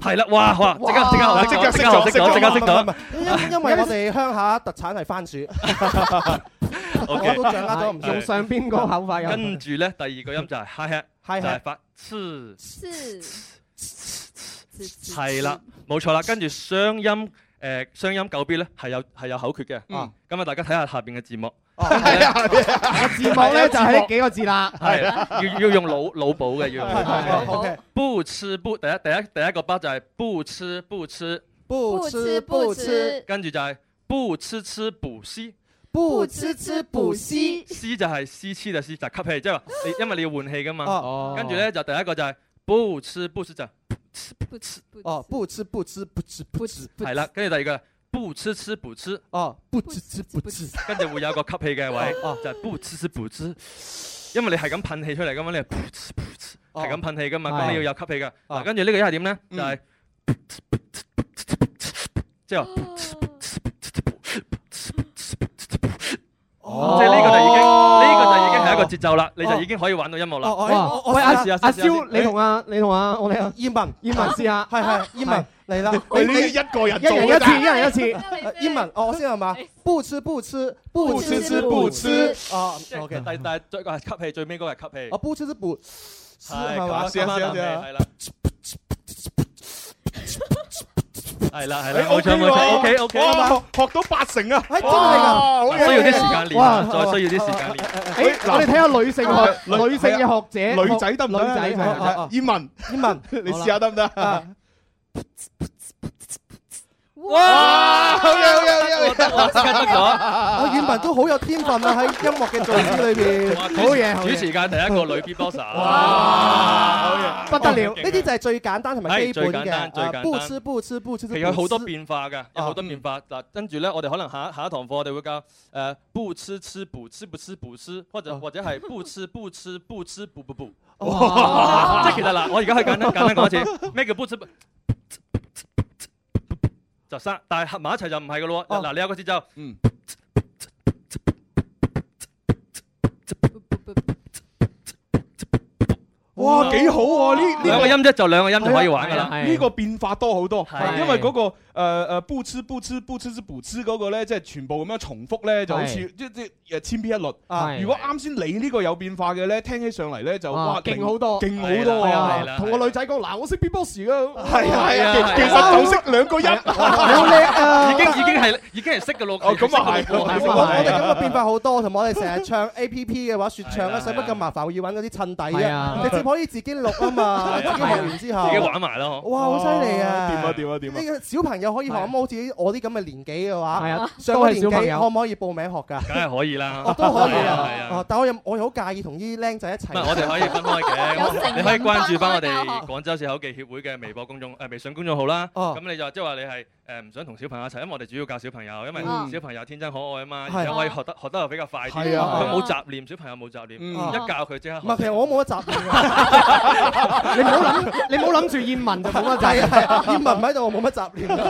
Speaker 3: 係啦，哇哇！即刻即刻
Speaker 6: 哇
Speaker 3: 即刻學識咗，即刻識
Speaker 6: 唔係唔係唔
Speaker 3: 咗。
Speaker 6: 係因因為我哋鄉下特產係番薯，我
Speaker 3: OK
Speaker 6: 都掌握咗唔少。
Speaker 3: 用
Speaker 6: 上邊個口法
Speaker 3: 跟住咧，第二個音就係 hi hat，
Speaker 6: hi-hat
Speaker 3: 就係發呲，
Speaker 1: 是
Speaker 3: 係啦，冇錯啦。跟住
Speaker 6: 嗯
Speaker 3: 啊雙音誒雙音九 B 咧係有係有口訣嘅。咁啊，大家睇下下邊嘅字幕。
Speaker 6: 哦 啊我字幕呢，就係呢幾個字啦。
Speaker 3: 係要要用腦腦補嘅，要用腦
Speaker 6: 腦補
Speaker 3: 補。不吃不第一第一第一個包就係不吃不吃
Speaker 6: 不吃不吃，
Speaker 3: 跟住就係不吃吃補絲。
Speaker 6: 不吃吃補絲，
Speaker 3: 絲就係絲黐就絲就吸氣，即係話你因為你要換氣噶
Speaker 6: 啊哦
Speaker 3: 嘛。跟住咧就第一個就係不吃不吃就
Speaker 6: 不吃哦，不吃不吃不吃不吃，
Speaker 3: 係啦，跟住第二個不吃吃不吃
Speaker 6: 哦，不吃吃不吃，哦
Speaker 3: 跟住會有個吸氣嘅位，就係不吃吃不吃，因為你係咁噴氣出嚟噶嘛，你係噗嗤噗嗤係咁噴氣噶嘛，咁你要有吸氣噶。嗱，跟住呢個一係點咧？
Speaker 6: 嗯
Speaker 3: 就係即係話即係呢個就已經呢個就已經係一個節奏啦，你就已經可以玩到音樂啦。
Speaker 6: 哦，喂，阿阿蕭，你同阿你同阿我哋啊
Speaker 7: 燕文，
Speaker 6: 燕文試下，
Speaker 7: 係係燕文
Speaker 6: 嚟啦，
Speaker 7: 喂呢一個人做
Speaker 6: 一人
Speaker 7: 都
Speaker 6: 一
Speaker 7: 得
Speaker 6: 次，一人一次，燕文，哦，我先係嘛？不吃不吃，不吃吃不吃，哦
Speaker 3: 即係
Speaker 6: ，OK，
Speaker 3: 但但係最個係吸氣，最尾嗰個係吸氣。
Speaker 6: 啊，不吃吃不，
Speaker 3: 係
Speaker 6: 係嘛？
Speaker 3: 咁樣咁樣啊係啦。係啦係啦，
Speaker 5: 哎
Speaker 3: 冇錯
Speaker 5: OK
Speaker 3: 冇錯
Speaker 5: 喎
Speaker 3: ，OK OK，
Speaker 5: 哇學學到八成啊！
Speaker 6: 真係㗎
Speaker 5: 哇好嘢
Speaker 3: 需要啲時
Speaker 5: 好
Speaker 3: 間
Speaker 5: 嘢
Speaker 3: 練啊，
Speaker 5: 哇
Speaker 3: 再需要啲時間練。
Speaker 6: 誒，哎我哋睇下女性
Speaker 3: 啊
Speaker 6: 學
Speaker 5: 女
Speaker 6: 女性嘅學者，
Speaker 5: 女仔得唔得
Speaker 6: 女
Speaker 5: 啊？
Speaker 6: 仔，
Speaker 5: 女
Speaker 6: 哦哦
Speaker 5: 仔
Speaker 6: 哦
Speaker 5: 燕文，
Speaker 6: 燕文，
Speaker 5: 你
Speaker 6: 好啦
Speaker 5: 試下得唔得
Speaker 6: 啊
Speaker 5: 啊？哇！好嘢，好嘢，好嘢！
Speaker 6: 我遠文都好有天分啊！喺音樂嘅造詣裏邊，
Speaker 3: 哇主持
Speaker 6: 好嘢，好
Speaker 3: 主
Speaker 6: 嘢，
Speaker 3: 持界第一個女 beatboxer。啊
Speaker 6: 不得了！呢啲就係最簡單同埋基
Speaker 3: 係
Speaker 6: 本
Speaker 3: 最簡單最簡
Speaker 6: 嘅，啊
Speaker 3: 單
Speaker 6: 不吃不吃不吃。
Speaker 3: 其實有好多變化
Speaker 6: 啊
Speaker 3: 㗎，有好多變化。嗱，跟住咧，我哋可能下下一堂課我哋會教誒不吃吃不吃不吃不吃，或者或者係不吃不吃不吃不不不。即
Speaker 6: 哦哇
Speaker 3: 係其實嗱，我而家可以簡單簡單講一次，咩叫不吃不就三，但係合埋一齊就唔係㗎
Speaker 6: 哦
Speaker 3: 咯喎。嗱，你有個節奏，
Speaker 6: 嗯
Speaker 5: 哇，幾好喎！
Speaker 6: à,
Speaker 5: 呢呢
Speaker 3: 兩個音啫，就兩個音就可以玩
Speaker 5: 係
Speaker 3: 㗎
Speaker 5: 啊
Speaker 3: 啦。
Speaker 5: 呢個變化多好多，
Speaker 3: 係
Speaker 5: 因為嗰個誒誒不知不知不知之不知嗰個咧，即係全部咁樣重複咧，就好似
Speaker 6: 係
Speaker 5: 即即誒千篇一律
Speaker 6: 係。
Speaker 5: 如果啱先你呢個有變化嘅咧，聽起上嚟咧就
Speaker 6: 哇
Speaker 5: 哇
Speaker 6: 勁好多
Speaker 5: 勁好多
Speaker 6: 係
Speaker 5: 啊！
Speaker 6: 啊！同個女仔講嗱，我識 B-box
Speaker 5: 係
Speaker 6: 㗎，
Speaker 5: 啊係啊
Speaker 6: 係啊
Speaker 5: 其其實就識兩個音，
Speaker 6: 好叻啊
Speaker 3: 已經已經係已經 Ờ, 係識㗎咯。哦，咁啊啊
Speaker 6: 我我哋咁嘅變化好多，同埋我哋成日唱 A P P 嘅話，説唱咧，使乜咁麻煩？我要揾嗰啲襯底
Speaker 3: 係
Speaker 6: 啊
Speaker 3: 啊！
Speaker 6: 你直接可以自己錄啊嘛，自己學完之後，
Speaker 3: 自己玩埋咯。哦
Speaker 6: 哇，好犀利啊！
Speaker 5: 掂啊掂啊掂啊
Speaker 6: 呢個小朋友可以學，咁好似我啲咁嘅年紀嘅
Speaker 3: 係
Speaker 6: 話
Speaker 3: 啊，
Speaker 6: 上
Speaker 3: 都
Speaker 6: 個
Speaker 3: 係
Speaker 6: 年
Speaker 3: 小朋
Speaker 6: 紀
Speaker 3: 友
Speaker 6: 可唔可以報名學㗎？
Speaker 3: 梗係可以啦，
Speaker 6: 哦，都可以
Speaker 3: 係
Speaker 6: Ờ, 啊
Speaker 3: 係！
Speaker 6: 哦，但我又我又好介意同啲僆仔一齊。
Speaker 3: 唔係，我哋可以分開
Speaker 6: 有成
Speaker 3: 嘅，
Speaker 6: 人
Speaker 3: 你可以關注翻我
Speaker 6: 分開教
Speaker 3: 哋
Speaker 6: 學
Speaker 3: 廣州市口技協會嘅微博公眾誒微信公眾號啦。咁你就即係話你係誒唔想同小朋友一齊，因為我哋主要教小朋友，因為
Speaker 5: 嗯
Speaker 3: 小朋友天真可愛啊嘛，
Speaker 6: 係
Speaker 3: 而且可以學得學得又比較快啲，
Speaker 6: 係啊
Speaker 3: 佢冇雜念，小朋友冇雜念，
Speaker 6: 嗯
Speaker 3: 一教佢即刻
Speaker 6: 唔
Speaker 3: 學。
Speaker 6: 係，其實我冇乜雜念㗎 你唔好諗，你唔好諗住燕文就冇乜雜念。係啊，燕文唔喺度，我冇乜雜念。係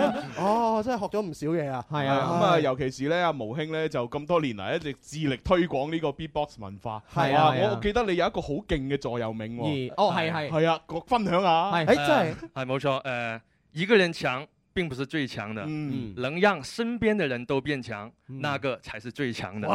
Speaker 6: 啊 哦，真係學咗唔少嘢啊！係
Speaker 5: 咁啊，尤其是咧，阿毛兄咧就咁多年嚟一直致力推廣呢個 beatbox 文化。
Speaker 6: 係啊
Speaker 5: 哇
Speaker 6: 係啊
Speaker 5: 我記得你有一個好勁嘅座右銘喎。
Speaker 6: 哦係係
Speaker 5: 係啊，我分享下。
Speaker 3: 係
Speaker 5: 誒
Speaker 3: 係哎呃冇錯誒，一個人強並不是最強的，
Speaker 5: 嗯
Speaker 3: 能讓身邊的人都變強，那個才是最強的。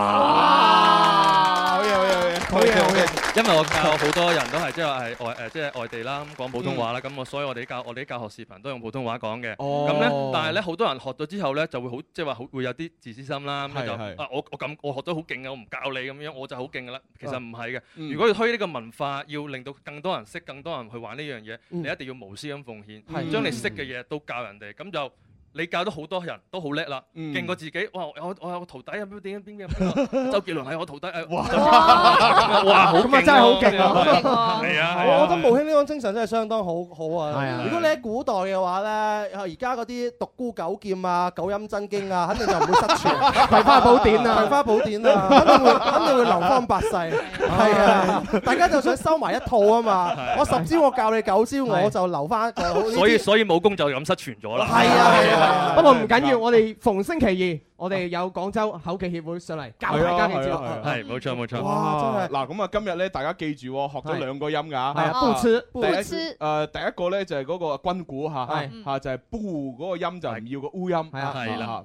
Speaker 5: 好嘢好嘢好嘢好嘢！
Speaker 3: 因為我教好多人都係即係話係外誒，即係外地啦，咁講普通話啦，咁我所以我哋教我哋啲教學視頻都用普通話講嘅。
Speaker 5: 哦
Speaker 3: 咁咧，但係咧好多人學咗之後咧，就會好即係話好會有啲自私心啦。咁樣就
Speaker 5: 係係
Speaker 3: 啊，我我咁我學得好勁嘅，我唔教你咁樣，我就好勁噶啦。其實唔係嘅，
Speaker 5: 嗯
Speaker 3: 如果要推呢個文化，要令到更多人識，更多人去玩呢樣嘢，
Speaker 5: 嗯
Speaker 3: 你一定要無私咁奉獻，
Speaker 5: 係
Speaker 3: 將你識嘅嘢都教人哋，咁就。你教得好多人都好叻啦，
Speaker 5: 嗯
Speaker 3: 勁過自己。哇！我我有個徒弟啊，邊點邊點邊個 周杰倫係我徒弟啊！哇！
Speaker 6: 哇
Speaker 3: 哇！好
Speaker 6: 咁啊真係好勁啊
Speaker 3: 係啊！
Speaker 6: 我覺得毛兄呢種精神真係相當好好
Speaker 3: 係
Speaker 6: 啊
Speaker 3: 啊！
Speaker 6: 如果你喺古代嘅話咧，而家嗰啲獨孤九劍啊、九陰真經啊，肯定就唔會失傳。
Speaker 7: 葵花寶典啊
Speaker 6: 葵花寶典啊，肯定會肯定會流芳百世。係啊，大家就想收埋一套啊嘛。我十招我教你九招，我就留翻一個。呢啲
Speaker 3: 所以所以武功就咁失傳咗啦。
Speaker 6: 係啊係啊
Speaker 7: 不過唔緊要，我哋逢星期二我哋有廣州口技協會上嚟教大家嘅
Speaker 5: 係
Speaker 7: 招
Speaker 5: 啊係啊係啊。
Speaker 3: 係冇錯冇錯。
Speaker 5: 哇！嗱咁啊，今日咧大家記住喎學咗兩個音㗎。係
Speaker 7: 啊不吃
Speaker 5: 第一
Speaker 7: 不吃
Speaker 5: 誒第一個咧就係嗰個軍鼓嚇
Speaker 7: 係
Speaker 5: 嚇就係 b 嗰個音就唔要個烏音。
Speaker 7: 係啊係啦
Speaker 5: 嚇。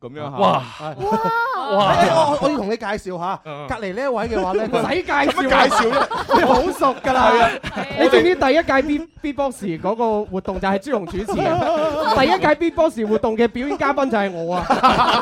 Speaker 5: 咁樣嚇。
Speaker 3: 哇
Speaker 5: 哇
Speaker 6: 哇！哎我我要同你介紹下，隔離呢一位嘅話咧，
Speaker 5: 唔使
Speaker 6: 佢
Speaker 5: 介紹
Speaker 6: 做乜介紹咧，你好熟㗎
Speaker 5: 係
Speaker 6: 啦
Speaker 5: 啊。
Speaker 6: 你
Speaker 7: 我哋
Speaker 6: 知唔知第一屆 B B Box 嗰個活動就係朱紅主持啊？第一屆 B Box 活動嘅表演嘉賓就係我啊！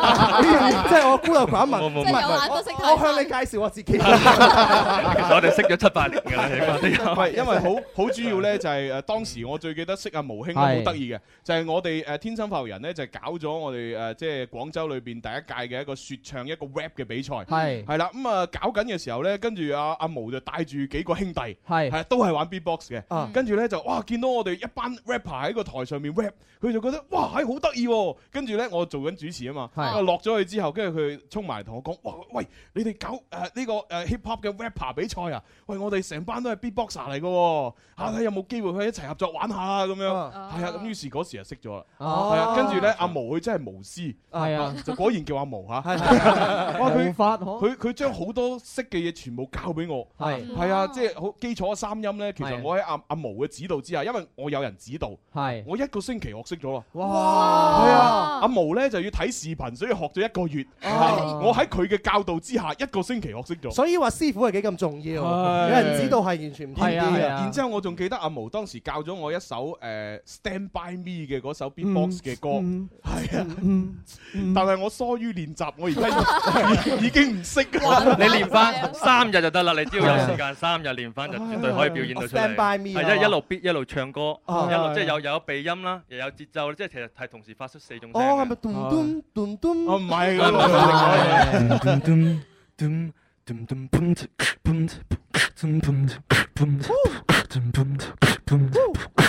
Speaker 6: 即係我孤陋寡聞，
Speaker 3: 冇冇冇即係有眼
Speaker 6: 我我向你介紹我自己。
Speaker 3: 其實我哋識咗七八年㗎啦，起碼都有
Speaker 5: 唔係，因為好好主要咧，就係誒當時我最記得識阿毛兄好
Speaker 3: 係
Speaker 5: 得意嘅，就係我哋誒天生發育人咧，就搞咗我哋誒即係廣州裏邊第一屆嘅一個説唱一個 rap 嘅比賽，
Speaker 6: 係
Speaker 5: 係啦，咁啊搞緊嘅時候咧，跟住阿阿毛就帶住幾個兄弟，
Speaker 6: 係啊
Speaker 5: 係啊都係玩 beatbox 嘅，跟住咧就哇見到我哋一班 rapper 喺個台上面 rap，佢就覺得哇係好得意喎，跟住咧我做緊主持啊嘛，
Speaker 6: 係
Speaker 5: 我落咗去之後，跟住佢衝埋同我講哇喂你哋搞誒呢個誒 hip hop 嘅 rapper 比賽啊，喂我哋成班都係 beatboxer 嚟嘅喎，下睇有冇機會可以一齊合作玩下啊咁樣，係啊咁於是嗰時就識咗啦，
Speaker 6: 哦
Speaker 5: 係啊跟住咧阿毛佢真係無私，
Speaker 6: 係啊
Speaker 5: 就果然叫阿毛嚇，哇
Speaker 6: 冇
Speaker 5: 佢
Speaker 6: 法可
Speaker 5: 佢佢將好多識嘅嘢全部教俾我，
Speaker 6: 係
Speaker 5: 係啊，即係好基礎嘅三音咧。其實
Speaker 6: 係
Speaker 5: 我喺阿阿毛嘅指導之下，因為我有人指導，
Speaker 6: 係
Speaker 5: 我一個星期學識咗啦。
Speaker 6: 哇
Speaker 5: 係啊，阿毛咧就要睇視頻，所以學咗一個月。啊我喺佢嘅教導之下，一個星期學識咗。
Speaker 6: 哦所以話師傅係幾咁重要，
Speaker 5: 係
Speaker 6: 有人指導係完全唔同
Speaker 5: 然
Speaker 6: 嘅。
Speaker 5: 然之後我仲記得阿毛當時教咗我一首誒 Stand By Me 嘅嗰首
Speaker 6: 嗯
Speaker 5: Beatbox 嘅歌，係啊，但係我疏於練習，我而家已已經唔 識㗎啦。
Speaker 3: 你練
Speaker 6: 啊
Speaker 3: 翻三日就得啦，你只要有時間三日練翻就絕對可以表現到出
Speaker 5: Stand
Speaker 3: 嚟。
Speaker 5: by me 啊
Speaker 3: 係一一路 beat 一路唱歌，一
Speaker 6: 啊
Speaker 3: 路即係有有鼻音啦，又有節奏，即係其實係同時發出四種聲
Speaker 6: 哦，係咪
Speaker 3: 嘅。
Speaker 6: 咚咚咚咚？
Speaker 5: 哦，唔係
Speaker 3: 嗰個係
Speaker 6: 係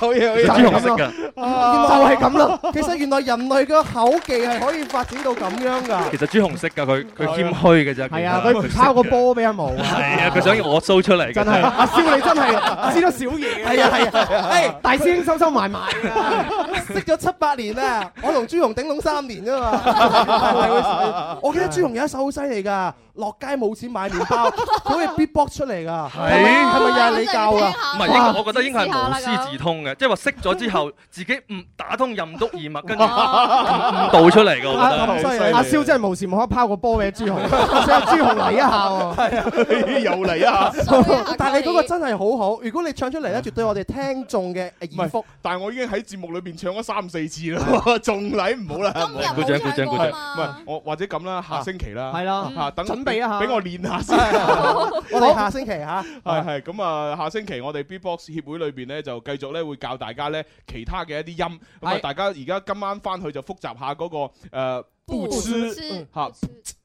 Speaker 5: 好嘢好
Speaker 21: 嘢朱紅識㗎
Speaker 6: 就係咁啦。其實原來人類嘅口技係可以發展到咁樣㗎。
Speaker 3: 其實朱紅識㗎，佢佢謙虛嘅啫。
Speaker 6: 係啊，
Speaker 3: 其實
Speaker 6: 佢拋個波俾阿毛啊。
Speaker 3: 係啊，佢想要我 show 出嚟嘅。
Speaker 6: 真係阿蕭你真係知道少嘢。係啊係啊， 誒大師兄收收埋埋啊， 識咗七八年啦，我同朱紅頂籠三年 啫嘛。我記得朱紅有一首好犀利㗎，落街冇錢買麵包，佢可以 beatbox 出嚟㗎。係咪係咪又係你教㗎？
Speaker 3: 唔係，應該我覺得應該係無師自通嘅，即係話識咗之後，自己唔打通任督二脈，跟住誤導出嚟嘅。
Speaker 6: 啊咁
Speaker 3: 我覺
Speaker 6: 犀利
Speaker 3: 得
Speaker 6: 阿蕭真係無時無刻拋個波俾 朱紅，
Speaker 7: 啊
Speaker 6: 所以朱紅嚟一下 喎。係啊，
Speaker 5: 啊又嚟一下
Speaker 6: 但係你嗰個真係好好，如果你唱出嚟咧，絕對我哋聽眾嘅耳福。
Speaker 5: 但係我已經喺節目裏邊唱咗三四次啦， 仲禮唔好啦。
Speaker 3: 鼓掌鼓掌鼓掌
Speaker 5: 唔係我或者咁啦，下星期啦，
Speaker 6: 啊係嗯啦
Speaker 5: 嚇等
Speaker 6: 準備一
Speaker 3: 啊
Speaker 6: 下
Speaker 5: 俾我練 下先。
Speaker 6: 我哋下星期嚇。
Speaker 5: 係係咁啊！下星期我哋 B-box 協會裏邊咧，就繼續咧會教大家咧其他嘅一啲音。咁啊，
Speaker 6: 係
Speaker 5: 大家而家今晚翻去就複習下嗰個誒
Speaker 6: 不
Speaker 5: 知
Speaker 6: 知
Speaker 5: 嚇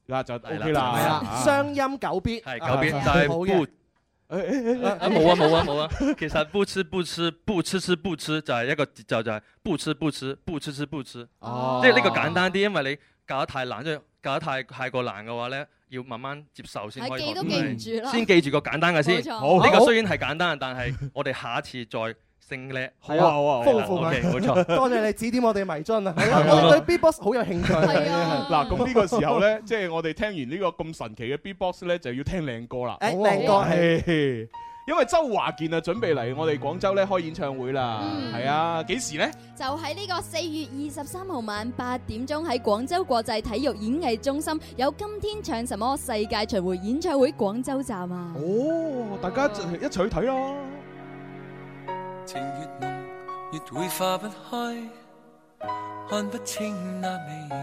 Speaker 5: 嗱就
Speaker 3: 係啦
Speaker 5: OK 啦。
Speaker 3: 係啦
Speaker 5: 啊
Speaker 6: 嗯雙音九必
Speaker 3: 係九必
Speaker 5: 啊
Speaker 3: 就係
Speaker 5: 好嘅
Speaker 3: 不
Speaker 5: 誒
Speaker 3: 啊冇啊冇啊冇啊！ 其實不吃不吃不吃吃不吃就係一個節奏，就係不吃不吃不吃吃不吃。
Speaker 5: 哦
Speaker 3: 即係呢個簡單啲，因為你教得太難，即係教得太太過難嘅話咧，要慢慢接受先可以
Speaker 1: 係記
Speaker 3: 學
Speaker 1: 都
Speaker 3: 到
Speaker 1: 記唔
Speaker 3: 係
Speaker 1: 住啦
Speaker 3: 先記住個簡單嘅
Speaker 1: 冇
Speaker 3: 先。
Speaker 1: 錯好
Speaker 3: 呢
Speaker 1: 好
Speaker 3: 個雖然係簡單，但係我哋下一次再升叻。
Speaker 6: 好啊好啊，豐富
Speaker 3: o
Speaker 6: 啊
Speaker 3: k 冇錯。
Speaker 6: 多謝你指點我哋迷津啊！我對 B-box 好有興趣。
Speaker 3: 啊
Speaker 5: 嗱，咁呢 個時候咧，即係我哋聽完呢個咁神奇嘅 B-box 咧，就要聽靚歌啦。
Speaker 6: 誒
Speaker 3: 哦
Speaker 6: 靚歌係
Speaker 5: 係因為周華健啊，準備嚟我哋廣州咧開演唱會啦。
Speaker 1: 嗯
Speaker 5: 係啊，幾時咧？
Speaker 1: 就喺呢個四月二十三號晚八點鐘喺廣州國際體育演藝中心有今天唱什麼世界巡迴演唱會廣州站啊！
Speaker 5: 哦，大家就一齊去睇咯。
Speaker 10: 情越濃，越會化不開，看不清那未來。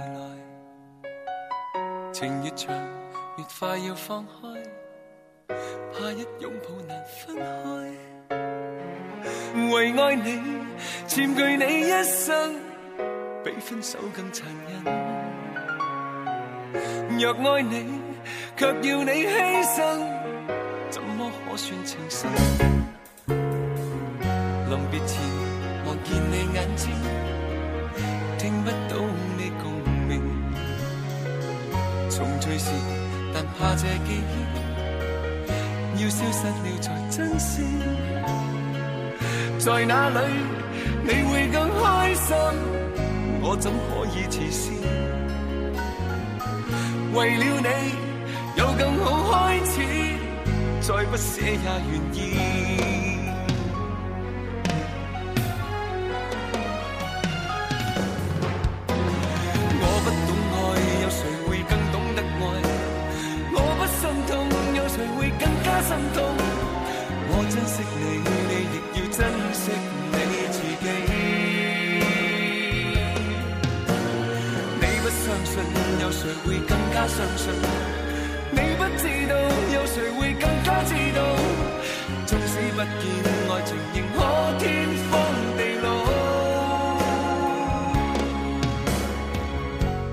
Speaker 10: 情越長，越快要放開，怕一擁抱難分開。為愛你，佔據你一生，比分手更殘忍。若愛你，卻要你犧牲，怎麼可算情深？臨別前望見你眼睛，聽不到你共鳴。重聚時，但怕這記憶要消失了才珍惜。在哪裏你會更開心？我怎可以自私？為了你，有更好開始，再不捨也願意。我不懂愛，有誰會更懂得愛？我不心痛，有誰會更加心痛？我珍惜你，你亦要珍惜你自己。你不相信，有誰會更加相信？你不知道，有誰會更加知道？縱使不見，愛情仍可天荒地老。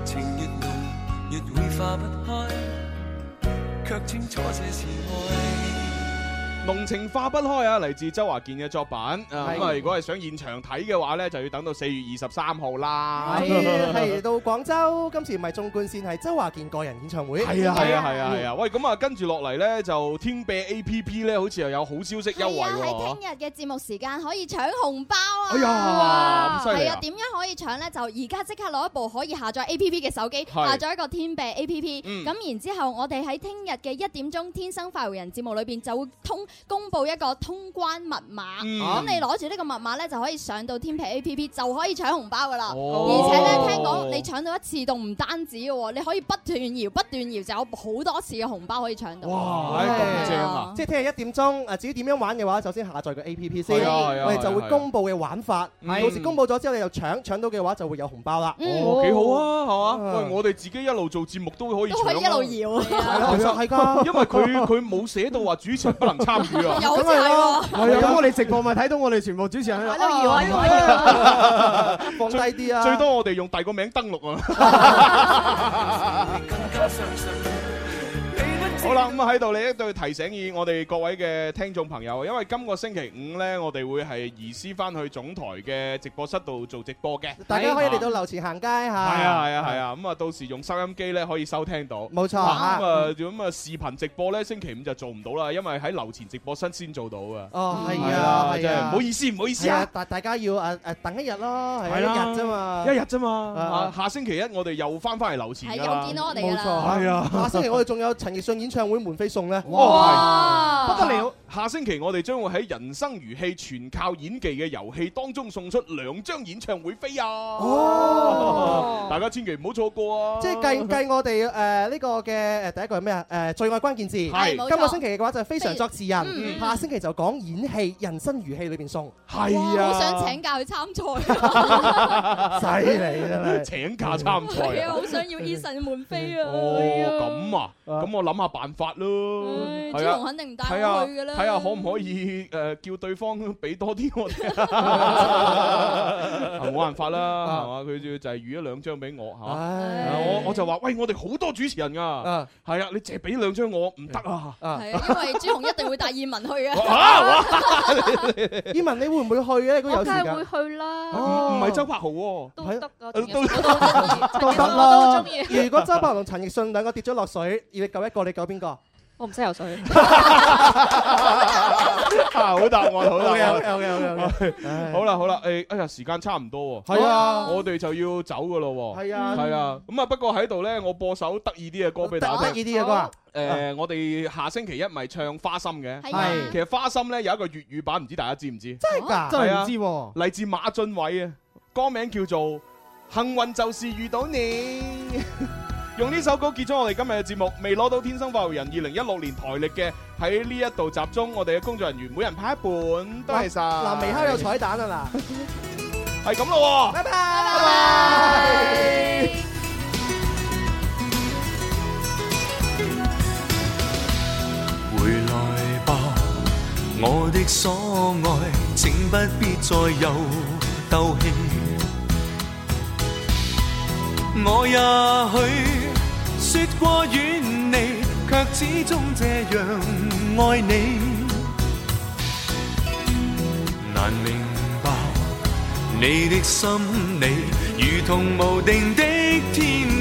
Speaker 10: 情越濃越會化不開，卻清楚這是愛。
Speaker 5: 濃情化不開啊！嚟自周華健嘅作品啊，咁啊，
Speaker 6: 係
Speaker 5: 如果係想現場睇嘅話咧，就要等到四月二十三號啦。
Speaker 6: 係到廣州，今次唔係縱貫線，係周華健個人演唱會。
Speaker 5: 係啊係啊係啊係啊！喂，咁啊，跟住落嚟咧就天啤 A P P 咧，好似又有好消息優惠喎。
Speaker 1: 啊今日嘅節目時間可以搶紅包啊！
Speaker 5: 哎呀咁犀利
Speaker 1: 係
Speaker 5: 啊
Speaker 1: 啊，點樣可以搶呢？就而家即刻攞一部可以下載 A P P 嘅手機，
Speaker 11: 係
Speaker 1: 下載一個天幣 A P P。
Speaker 11: 嗯
Speaker 1: 咁然之後，我哋喺聽日嘅一點鐘《天生快活人》節目裏邊就會通公佈一個通關密碼。
Speaker 11: 嗯
Speaker 1: 咁你攞住呢個密碼呢，就可以上到天幣 A P P 就可以搶紅包噶啦。
Speaker 11: 哦
Speaker 1: 而且呢，聽講你搶到一次仲唔單止嘅喎，你可以不斷搖不斷搖，就有好多次嘅紅包可以搶到。
Speaker 5: 哇咁正啊！
Speaker 6: 即係聽日一點鐘，誒至於點樣玩嘅話，首先下載個 A P P 先，
Speaker 5: 係啊係啊
Speaker 6: 我哋
Speaker 5: 係啊
Speaker 6: 就
Speaker 5: 係啊
Speaker 6: 會公佈嘅玩法。
Speaker 5: 嗯
Speaker 6: 到時公佈咗之後，你就搶，搶到嘅話就會有紅包啦。
Speaker 5: 哦，幾好啊，係嘛？喂，我哋自己一路做節目都可以
Speaker 1: 都可以
Speaker 5: 搶啊。
Speaker 1: 一路搖啊。
Speaker 6: 係啊係㗎
Speaker 5: 因為佢佢冇寫到話主持人不能參與 啊。
Speaker 6: 有
Speaker 1: 係
Speaker 6: 咯
Speaker 7: 係啊，咁我哋直播咪睇到我哋全部主持人喺度
Speaker 6: 喺度搖啊
Speaker 7: 啊
Speaker 6: 搖
Speaker 7: 啊
Speaker 6: 放低啲啊
Speaker 5: 最多我哋用第二個名登錄啊。好啦，咁啊喺度你一對提醒以我哋各位嘅聽眾朋友，因為今個星期五呢，我哋會係移師翻去總台嘅直播室度做直播嘅，
Speaker 6: 大家可以嚟到樓前行街
Speaker 5: 係
Speaker 6: 嚇。
Speaker 5: 啊係啊係啊，咁啊到時用收音機咧可以收聽到，
Speaker 6: 冇錯
Speaker 5: 啊咁啊
Speaker 6: 嗯
Speaker 5: 咁啊視頻直播咧星期五就做唔到啦，因為喺樓前直播室先做到啊。
Speaker 6: 哦，係
Speaker 5: 係
Speaker 6: 啊，
Speaker 5: 真係
Speaker 6: 係
Speaker 5: 唔好意思唔好意思
Speaker 6: 係
Speaker 5: 啊。
Speaker 6: 大大家要誒誒等一日咯，係
Speaker 5: 係啦
Speaker 6: 一日啫嘛，
Speaker 5: 一日啫嘛，啊
Speaker 6: 啊
Speaker 5: 下星期一我哋又翻翻嚟樓前㗎啦
Speaker 6: 冇錯，
Speaker 5: 係啊，
Speaker 6: 下星期我哋仲有陳奕迅演唱會門飛送咧，
Speaker 5: 哦，係
Speaker 6: 不得了！！
Speaker 5: 下星期我哋將會喺人生如戲全靠演技嘅遊戲當中送出兩張演唱會飛啊！哦，大家千祈唔好錯過啊！
Speaker 6: 即係計計我哋誒呢個嘅誒第一個係咩啊？誒最愛關鍵字，
Speaker 5: 係冇錯
Speaker 6: 今個星期嘅話就係非常作詞
Speaker 1: 嗯
Speaker 6: 人，下星期就講演戲，人生如戲裏邊送，
Speaker 5: 啊
Speaker 1: 哇好想請假去參賽啊！
Speaker 6: 犀利真 係
Speaker 5: 請假參賽
Speaker 1: 係啊，好想 要 Eason 門飛啊！
Speaker 5: 哦，咁啊，咁我諗下辦法咯。
Speaker 1: 朱
Speaker 5: 係啊
Speaker 1: 紅肯定唔帶
Speaker 5: 睇下
Speaker 1: 我去㗎啦
Speaker 5: 睇下可唔可以誒叫對方俾多啲我哋？ 啊冇辦法啦，係嘛？佢就就係預咗兩張俾我，係嘛？啊我我就話：喂，我哋好多主持人㗎，係啊，你淨係俾兩張我唔得啊！
Speaker 1: 係啊，因為朱紅一定會帶葉文去啊嘅。
Speaker 6: 依文你會唔會去咧？如果有
Speaker 9: 我梗
Speaker 6: 時
Speaker 9: 係會
Speaker 6: 間。
Speaker 9: 去啦。
Speaker 5: 唔唔係周柏豪喎，
Speaker 9: 都得㗎，
Speaker 5: 仲有
Speaker 6: 哦 啊都得
Speaker 9: 我
Speaker 6: 啦
Speaker 9: 都中意。
Speaker 6: 如果周柏豪同陳奕迅兩個跌咗落水，要你救一個，你救邊個？
Speaker 9: 我唔識游 水。
Speaker 5: 啊，好答案，好答案
Speaker 6: OK，OK，OK，OK
Speaker 5: 唉好啦好啦，誒，哎呀，時間差唔多喎，
Speaker 6: 係啊
Speaker 5: 我哋就要走噶咯喎，
Speaker 6: 係啊
Speaker 5: 係啊，咁啊，不過喺度咧，我播首得意啲嘅歌俾大家
Speaker 6: 得
Speaker 5: 聽，
Speaker 6: 意啲嘅歌啊
Speaker 5: 誒，我哋下星期一咪唱花心嘅，
Speaker 6: 係啊係
Speaker 5: 其實花心咧有一個粵語版，唔知大家知唔知？啊
Speaker 6: 真係㗎真係唔知喎，
Speaker 5: 嚟自馬俊偉啊，歌名叫做《幸運就是遇到你》。 用呢首歌結束我哋今日嘅節目，未攞到《天生快活人》二零一六年台歷嘅，喺呢一度集中我哋嘅工作人員每人派一本， 多謝晒。
Speaker 6: 嗱，微烤有彩蛋啊！嗱。
Speaker 5: 係咁咯喎，
Speaker 6: 拜拜。
Speaker 12: 回來吧，我的所愛，請不必再有鬥氣。我也許說過遠離，卻始終這樣愛你。難明白你的心理，如同無定的天